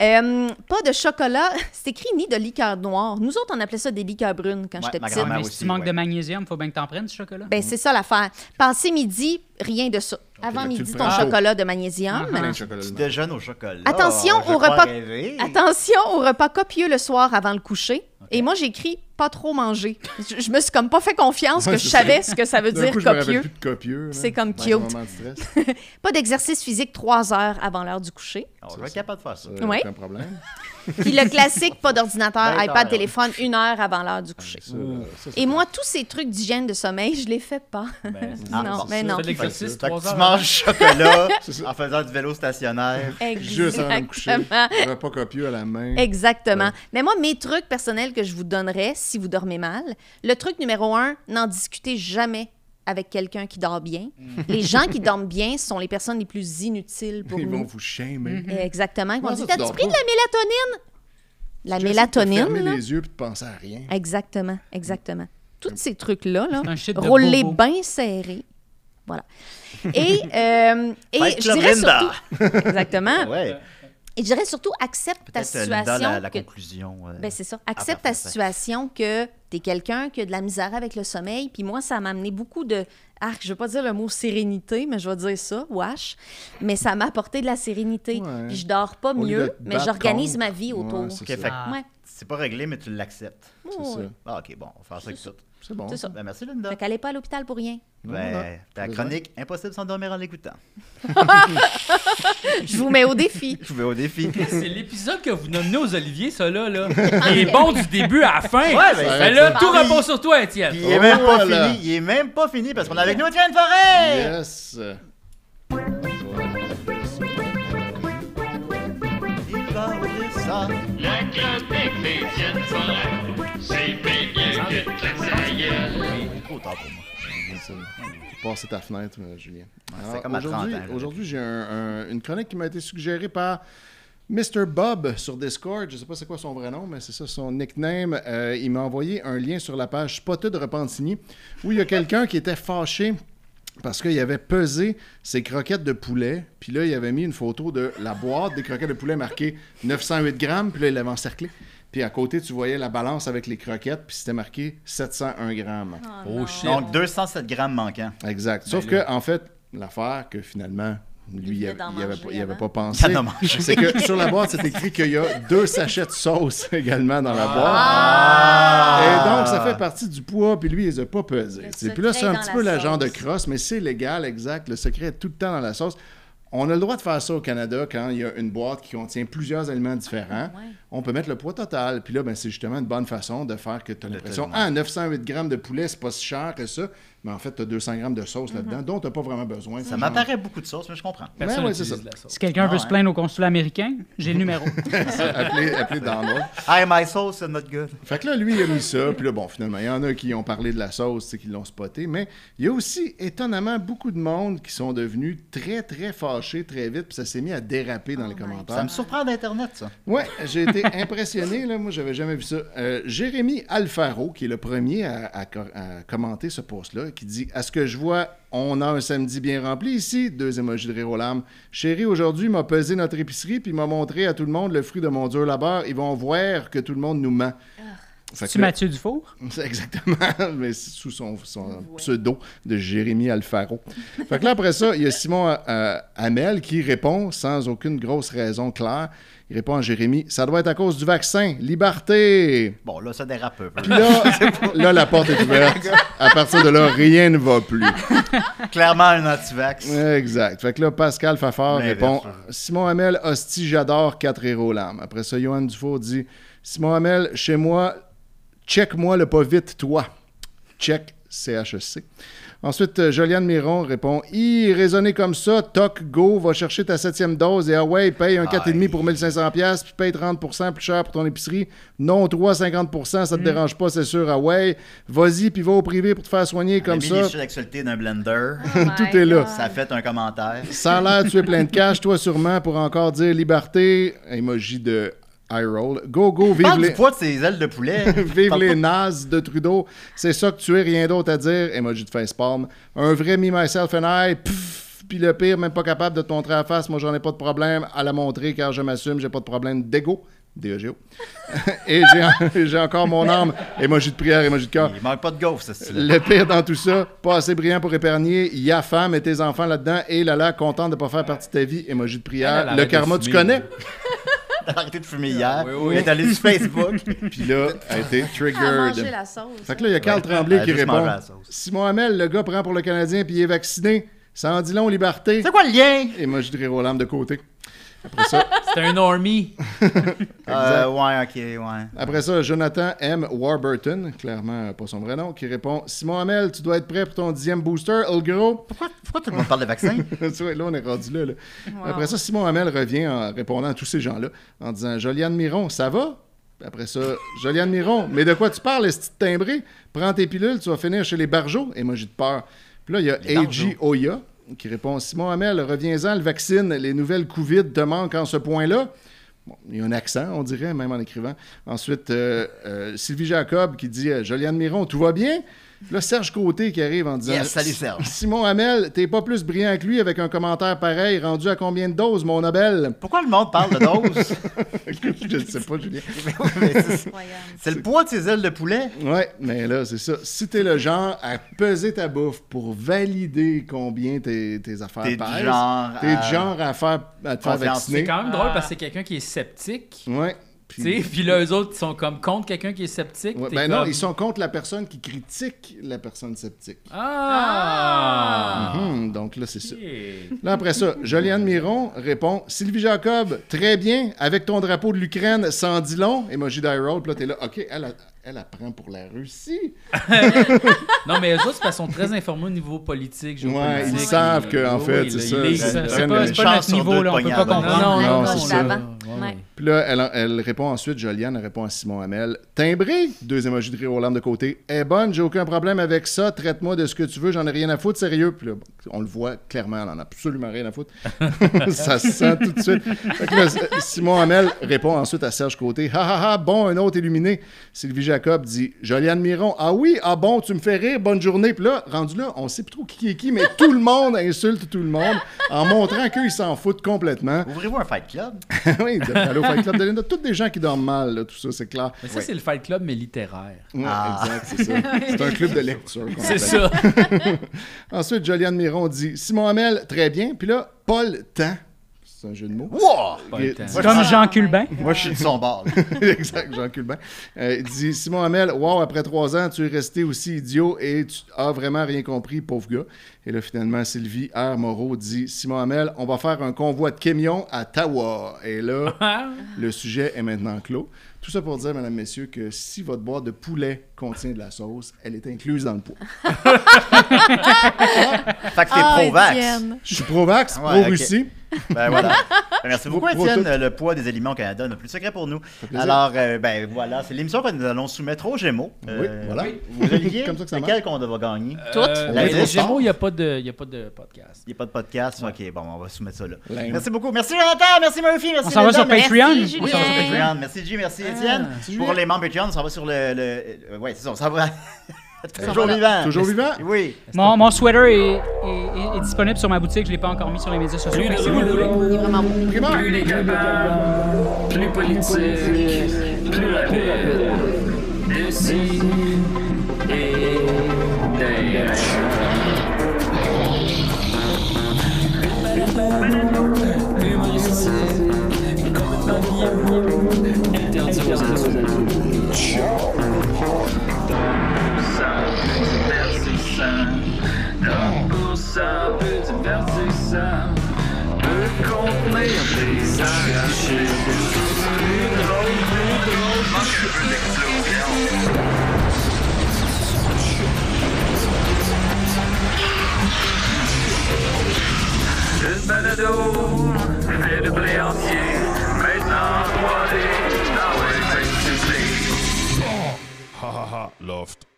S6: Euh, pas de chocolat. C'est écrit ni de liqueur noire. Nous autres, on appelait ça des liqueurs brunes quand
S2: Ouais,
S6: j'étais
S2: ma
S6: petite.
S2: grand-mère
S5: Ah, Mais
S2: aussi,
S5: si tu manques
S2: ouais.
S5: de magnésium, faut bien que t'en prennes du chocolat.
S6: Ben, c'est ça l'affaire. Passé midi, rien de ça.
S4: fait que ben,
S6: Avant
S4: tu
S6: midi,
S4: le
S6: ton
S4: prends Ah, chaud.
S6: chocolat de magnésium.
S4: Plein de chocolat.
S2: Tu
S4: là.
S2: déjeunes au chocolat.
S6: Attention
S2: Je
S6: au
S2: crois
S6: repas.
S2: rêver.
S6: Attention au repas copieux le soir avant le coucher Et moi, j'écris pas trop manger. Je, je me suis comme pas fait confiance
S4: Ouais,
S6: que je
S4: c'est ça.
S6: savais ce que ça veut
S4: D'un
S6: dire
S4: coup, je me rappelle
S6: copieux.
S4: plus de copieux. là.
S6: C'est comme
S4: Ouais,
S6: cute.
S4: un moment de stress.
S6: Pas d'exercice physique trois heures avant l'heure du coucher.
S2: On va être capable de faire ça.
S4: Euh,
S6: Ouais.
S4: C'est un problème.
S6: Puis le classique, pas d'ordinateur,
S2: Ben,
S6: iPad,
S2: non.
S6: téléphone, une heure avant l'heure du coucher.
S4: Ça, là, ça, c'est-
S6: Et moi, tous ces trucs d'hygiène de sommeil, je les fais pas.
S3: Ben,
S2: Ah,
S6: non,
S2: bon,
S6: mais
S2: ça,
S6: non.
S3: Fais de l'exercice
S2: Fait que
S3: trois
S2: tu
S3: heures.
S2: manges du chocolat
S4: C'est ça.
S2: en faisant du vélo stationnaire.
S4: Juste avant de me coucher.
S6: Exactement.
S4: Repas copieux à la main.
S6: Exactement. Mais moi, mes trucs personnels que je vous donnerais si vous dormez mal, le truc numéro un, n'en discutez jamais avec quelqu'un qui dort bien.
S4: Mm.
S6: les gens qui dorment bien sont les personnes les plus inutiles pour
S4: Ils vont
S6: nous.
S4: vous
S6: Mm-hmm.
S4: shamer.
S6: Exactement. Ils vont
S4: Comment
S6: dire,
S4: ça, tu
S6: T'as-tu
S4: dors
S6: pris de
S4: pas?
S6: la mélatonine? La
S4: Just,
S6: mélatonine,
S4: Fermer
S6: là? Ah,
S4: les yeux puis de penser à rien.
S6: Exactement, exactement. Tous ces trucs-là, là,
S5: un shit de
S6: roulez
S5: bobo.
S6: bien serré. Voilà. Et, euh, et
S2: Fight
S6: je
S2: Club
S6: dirais
S2: Linda.
S6: surtout... Exactement.
S2: Ouais.
S6: Et je dirais surtout, accepte ta
S2: Peut-être euh,
S6: situation.
S2: Linda, la, la
S6: que-
S2: conclusion. euh,
S6: Ben, c'est
S4: Ah,
S6: ça.
S2: parfait,
S6: Accepte ta
S2: parfait.
S6: situation que tu es quelqu'un qui a de la misère avec le sommeil. Puis moi, ça m'a amené beaucoup de. Arc, je ne vais pas dire le mot sérénité, mais je vais dire ça, wash. Mais ça m'a apporté de la sérénité.
S4: Ouais.
S6: Puis je dors pas
S4: Au lieu de
S6: mieux,
S4: te
S6: mais
S4: battre
S6: j'organise
S4: contre.
S6: ma vie autour.
S4: Ouais,
S6: Ouais,
S4: c'est
S2: Ok,
S4: ça.
S2: fait que
S5: Ah.
S6: Ouais.
S2: c'est pas réglé, mais tu l'acceptes.
S4: C'est
S6: ouais.
S4: ça.
S2: Ah, ok, bon, on va faire ça avec tout.
S4: C'est bon.
S6: C'est ça.
S2: Ben, merci, Linda.
S6: Fait qu'elle est pas à l'hôpital pour rien.
S4: Non,
S2: Ben,
S4: non.
S2: ta
S4: Pas
S2: chronique, impossible de s'endormir en l'écoutant.
S6: Je vous mets au défi.
S2: Je vais au défi.
S3: C'est
S4: Mm.
S3: l'épisode que vous nommez aux Oliviers, ça là. là.
S4: Ah,
S3: Il est bon du début à la fin.
S2: Ouais, ben,
S3: Mais là,
S2: c'est-
S3: tout
S2: Puis-
S3: repose sur toi, Étienne.
S2: Puis il est
S4: Oh,
S2: même pas
S4: voilà.
S2: fini. Il est même pas fini parce qu'on est avec nous Étienne Forêt.
S4: Yes.
S2: Il parle de ça.
S9: La chronique des Étienne Forêt, c'est bien mieux que de la saillie.
S2: Trop tard pour moi.
S4: Ça, faut passer ta fenêtre, euh, Julien.
S2: c'est
S4: Alors,
S2: comme à 30 ans,
S4: Aujourd'hui,
S2: là.
S4: aujourd'hui, j'ai un- un- une chronique qui m'a été suggérée par Mr. Bob sur Discord. Je sais pas c'est quoi son vrai nom, mais c'est ça son nickname. Euh, il m'a envoyé un lien sur la page Spotted de Repentigny où il y a quelqu'un qui était fâché parce qu'il avait pesé ses croquettes de poulet. Puis là, il avait mis une photo de la boîte des croquettes de poulet marquée 908 grammes. Puis là, il l'avait encerclé. Puis à côté, tu voyais la balance avec les croquettes, puis c'était marqué 701 grammes.
S3: Oh shit.
S2: Donc 207 grammes manquants.
S4: Exact. Sauf que, en fait, l'affaire que finalement, lui, il
S6: venait
S4: avait,
S6: d'en
S4: il avait
S6: manger
S4: pas- il avait
S6: avant.
S4: pas pensé.
S2: Il en a mangé.
S4: C'est que sur la boîte, c'est écrit qu'il y a deux sachets de sauce également dans la boîte. Ah!
S2: Ah.
S4: Et donc, ça fait partie du poids, puis lui, il les a pas pesés.
S6: Le
S4: tu sais. Puis là, c'est
S6: secret
S4: un
S6: dans
S4: petit
S6: la
S4: peu le genre de
S6: sauce.
S4: crosse, mais c'est légal, exact. Le secret est tout le temps dans la sauce. On a le droit de faire ça au Canada quand il y a une boîte qui contient plusieurs aliments différents. On peut mettre le poids total. Puis là, ben, c'est justement une bonne façon de faire que tu as l'impression
S2: tellement.
S4: Ah, 908 grammes de poulet, c'est pas si cher que ça. Mais en fait, tu as 200 grammes de
S6: Mm-hmm.
S4: sauce là-dedans, dont tu n'as pas vraiment besoin.
S2: Ça m'apparaît beaucoup de sauce, mais je comprends.
S3: Personne
S4: ouais,
S3: n'utilise
S4: c'est ça.
S3: de la sauce.
S5: Si quelqu'un
S2: Ah,
S5: veut se
S2: ouais.
S5: plaindre au consulat américain, j'ai le numéro.
S4: appelé, appelé dans l'autre.
S2: Hey, my sauce, c'est not good.
S4: Fait que là, lui, il a mis ça. Puis là, bon, finalement, il y en a qui ont parlé de la sauce, tu sais, qui l'ont spoté. Mais il y a aussi, étonnamment, beaucoup de monde qui sont devenus très, très fâchés très vite. Puis ça s'est mis à déraper dans les commentaires.
S2: Oh Ça me surprend d'Internet, ça.
S4: Ouais, j'ai été impressionné. Là. Moi, j'avais jamais vu ça. Euh, Jérémy Alfaro, qui est le premier à, à co- à commenter ce post-là, qui dit À ce que je vois, on a un samedi bien rempli ici. Deux émojis de rire aux larmes. Chérie, aujourd'hui, m'a pesé notre épicerie puis m'a montré à tout le monde le fruit de mon dur labeur. Ils vont voir que tout le monde nous ment. Fait
S5: tu
S4: que là-
S5: Mathieu Dufour?
S4: c'est Exactement, mais c'est sous son, son pseudo de Jérémy Alfaro. Fait que là, après ça, il y a Simon euh, Hamel qui répond sans aucune grosse raison claire. Il répond à Jérémy Ça doit être à cause du vaccin, liberté
S2: Bon, là, ça dérape un peu.
S4: Puis là, là, la porte est ouverte. À partir de là, rien ne va plus.
S2: Clairement, un anti-vax.
S4: Exact. Fait que là, Pascal Fafard
S2: Mais
S4: répond
S2: bien
S4: Simon Hamel, hostie, j'adore 4 héros l'âme. Après ça, Johan Dufour dit Simon Hamel, chez moi, check-moi le pas vite, toi. Check CHEC. Ensuite, euh, Joliane Miron répond I raisonner comme ça, toc, go, va chercher ta septième dose et ah ouais, paye un 4,5 pour 1500$, puis paye 30% plus cher pour ton épicerie. Non, 3, 50%, ça te dérange pas, c'est sûr, ah ouais. Vas-y, puis va au privé pour te faire soigner
S2: J'ai
S4: comme
S2: mis
S4: ça. Oh
S2: les sexualité d'un blender.
S4: Tout est là.
S2: Ça a fait un commentaire.
S4: Ça a l'air, tu es plein de cash, toi sûrement, pour encore dire liberté. Emoji de high roll. Go, go, vive
S2: Parle du
S4: les,
S2: poids de ses ailes de poulet.
S4: vive
S2: Parle
S4: les
S2: pas-
S4: nazes de Trudeau. C'est ça que tu es, rien d'autre à dire. Emoji de facepalm. Un vrai me, myself and I. Pfff. Puis le pire, même pas capable de te montrer à face. Moi, j'en ai pas de problème à la montrer car je m'assume, j'ai pas de problème d'ego. DEGO. Et j'ai- j'ai encore mon âme. Emoji de prière, emoji de cœur.
S2: Il manque pas de gaufres, ce style.
S4: Le pire dans tout ça, pas assez brillant pour épargner, y a femme et tes enfants là-dedans, et là là, content de pas faire partie de ta vie, émoji de
S3: Elle, elle
S4: prière. Le
S3: arrête de
S4: karma, tu
S3: fumer.
S4: connais?
S2: T'as arrêté de fumer hier.
S4: Ah,
S3: Oui, oui.
S2: Elle est allée sur Facebook.
S4: Puis là, a été
S6: manger
S4: triggered.
S6: la sauce.
S4: Fait que là, il y a Carl
S2: Ouais.
S4: Tremblay
S2: Elle a
S4: qui
S2: juste
S4: répond
S2: mangé la sauce.
S4: Simon Hamel, le gars prend pour le Canadien, puis il est vacciné. Ça en dit long, liberté.
S2: C'est quoi le lien?
S4: Et moi, je dirais Roland de côté. Après ça,
S3: C'est un normie.
S2: Euh, ouais, ok, ouais.
S4: Après ça, Jonathan M. Warburton, clairement euh, pas son vrai nom, qui répond Simon Hamel, tu dois être prêt pour ton dixième booster, le gros.
S2: Pourquoi, pourquoi tout le monde parle de vaccin?
S4: Tu vois, là, on est rendu là. là. Après ça, Simon Hamel revient en répondant à tous ces gens-là en disant Joliane Miron, ça va Après ça, Joliane Miron, mais de quoi tu parles, est-ce que timbré Prends tes pilules, tu vas finir chez les barjots. Et moi, j'ai de peur. Puis là, il y a
S2: Les
S4: A.G. Oya qui répond Simon Hamel, reviens-en, le vaccine, les nouvelles Covid te manquent en ce point-là. Bon, il y a un accent, on dirait, même en écrivant. Ensuite, euh, euh, Sylvie Jacob qui dit euh, Joliane Miron, tout va bien Là, Serge Côté qui arrive en disant
S2: Yes, salut, Serge.
S4: Simon Hamel, t'es pas plus brillant que lui avec un commentaire pareil, rendu à combien de doses, mon Nobel
S2: Pourquoi le monde parle de dose?
S4: Je ne sais pas, Julien.
S2: Mais oui, mais c'est-
S6: Incroyable.
S2: c'est le poids de ses ailes de poulet.
S4: Ouais, mais là, c'est ça. Si t'es le genre à peser ta bouffe pour valider combien tes, tes affaires
S2: T'es du
S4: pèsent,
S2: genre euh,
S4: t'es
S2: à-
S4: du genre à, faire, à te faire
S2: Confiance.
S4: vacciner.
S2: C'est
S3: Quand même drôle parce que c'est quelqu'un qui est sceptique.
S4: Ouais.
S3: tu
S4: Puis-
S3: sais, Puis là, eux autres, ils sont comme contre quelqu'un qui est sceptique.
S4: Ouais,
S3: t'es
S4: ben non,
S3: comme,
S4: ils sont contre la personne qui critique la personne sceptique.
S3: Ah!
S4: Hum, donc là, c'est ça.
S3: Ok.
S4: Là, après ça, Joliane Miron répond Sylvie Jacob, très bien, avec ton drapeau de l'Ukraine, sans dit long. Emoji die roll. Puis là, t'es là, OK, elle, a- elle apprend pour la Russie.
S3: Non, mais eux autres, c'est parce qu'ils sont très informés au niveau politique.
S4: Ouais,
S3: géopolitique.
S4: ils savent que, en
S3: Oui,
S4: fait,
S3: là,
S4: c'est
S3: ils
S4: ça,
S3: lisent.
S4: c'est- c'est
S5: C'est c'est pas,
S4: une
S5: c'est pas
S2: chance
S5: notre
S2: sur deux
S5: niveau,
S2: de
S5: là, on peut
S2: pogner
S5: pas
S2: à la bonne.
S3: Non, non,
S5: comprendre.
S4: Non,
S3: non,
S4: c'est
S3: ils sont
S4: ça.
S3: là.
S6: Ouais.
S3: Ouais.
S4: Puis là, elle, elle répond ensuite, Joliane elle répond à Simon Hamel Timbré Deux émojis de rire aux larmes de côté. Eh bonne, j'ai aucun problème avec ça. Traite-moi de ce que tu veux, j'en ai rien à foutre, sérieux. Puis là, bon, on le voit clairement, elle en a absolument rien à foutre. ça se sent tout de suite. Fait que là, Simon Hamel répond ensuite à Serge Côté Ha ha ha, bon, un autre illuminé. Sylvie Jacob dit Joliane Miron, ah oui, ah bon, tu me fais rire, bonne journée. Puis là, rendu là, on sait plus trop qui est qui, mais tout le monde insulte tout le monde en montrant qu'ils s'en foutent complètement.
S2: Ouvrez-vous un fight club.
S4: oui, de aller au Fight Club de Linda. Toutes des gens qui dorment mal, là, tout ça, c'est clair.
S3: Mais ça, c'est le Fight Club, mais littéraire.
S4: Ouais, exact, c'est ça. C'est un club de lecture. qu'on
S3: Ah. C'est
S4: appelle.
S3: ça.
S4: Ensuite, Joliane Miron dit Simon Hamel, très bien. Puis là, Paul Tan, c'est un jeu de mots.
S2: Wow!
S3: Pas
S4: Il-
S3: le temps.
S5: Comme Jean Culbin.
S2: Moi, je suis de son bord.
S4: exact, Jean Culbin. Euh, il dit Simon Hamel, wow, après trois ans, tu es resté aussi idiot et tu as vraiment rien compris, pauvre gars. Et là, finalement, Sylvie R. Moreau dit Simon Hamel, on va faire un convoi de camions à Tawa. Et là.
S3: Ah,
S4: Le sujet est maintenant clos. Tout ça pour dire, mesdames, messieurs, que si votre boîte de poulet contient de la sauce, elle est incluse dans le pot.
S2: Fait que t'es
S6: Ah,
S2: pro-vax.
S6: Étienne.
S4: Je suis pro-vax,
S2: Ouais,
S4: pro-Russie.
S2: Ben voilà. Ben, merci beaucoup,
S4: Pro-
S2: Étienne.
S4: tout.
S2: Euh, Le poids des aliments au Canada n'a plus de secret pour nous.
S4: plaisir.
S2: Alors, euh, ben voilà, c'est l'émission que nous allons soumettre aux Gémeaux. Euh,
S4: Oui, voilà.
S2: Vous Olivier,
S4: Comme ça que ça
S2: lequel qu'on va gagner?
S3: euh,
S2: La
S3: mais les
S2: grosse
S3: Gémeaux, il n'y a, pas de- il y a pas de podcast.
S2: Il n'y a pas de podcast. OK, bon, on va soumettre ça là.
S4: Lame.
S2: Merci beaucoup. Merci Jonathan, merci Murphy, merci
S5: On s'en va
S2: Linda,
S5: sur
S2: merci-
S5: Patreon.
S6: Merci,
S2: Oui, on s'en va sur
S6: Julien.
S2: Patreon. Merci J,
S4: Ah,
S2: merci Étienne. Pour les membres Patreon, on s'en va sur le... le- euh, ouais, c'est ça, on s'en va... Toujours vivant.
S4: Toujours vivant.
S2: Oui.
S5: Mon, mon sweater est, est- est- est disponible sur ma boutique, je l'ai pas encore mis sur les médias sociaux. fait que si vous le
S6: Il
S5: voulez.
S6: est vraiment beau.
S4: Primaire.
S7: Plus les capables, plus politique, plus rapide. D'ici et d'ailleurs. Humoristique, complètement vieillot, interdit aux adultes. divertissant. Donc pour ça, un peu divertissant. Peut contenir des arachides. Plus drôle, plus drôle, plus d'explosion. Une balado, fait de blé entier. Maintenant, 3D, dans les 26
S10: Hahaha, Loft.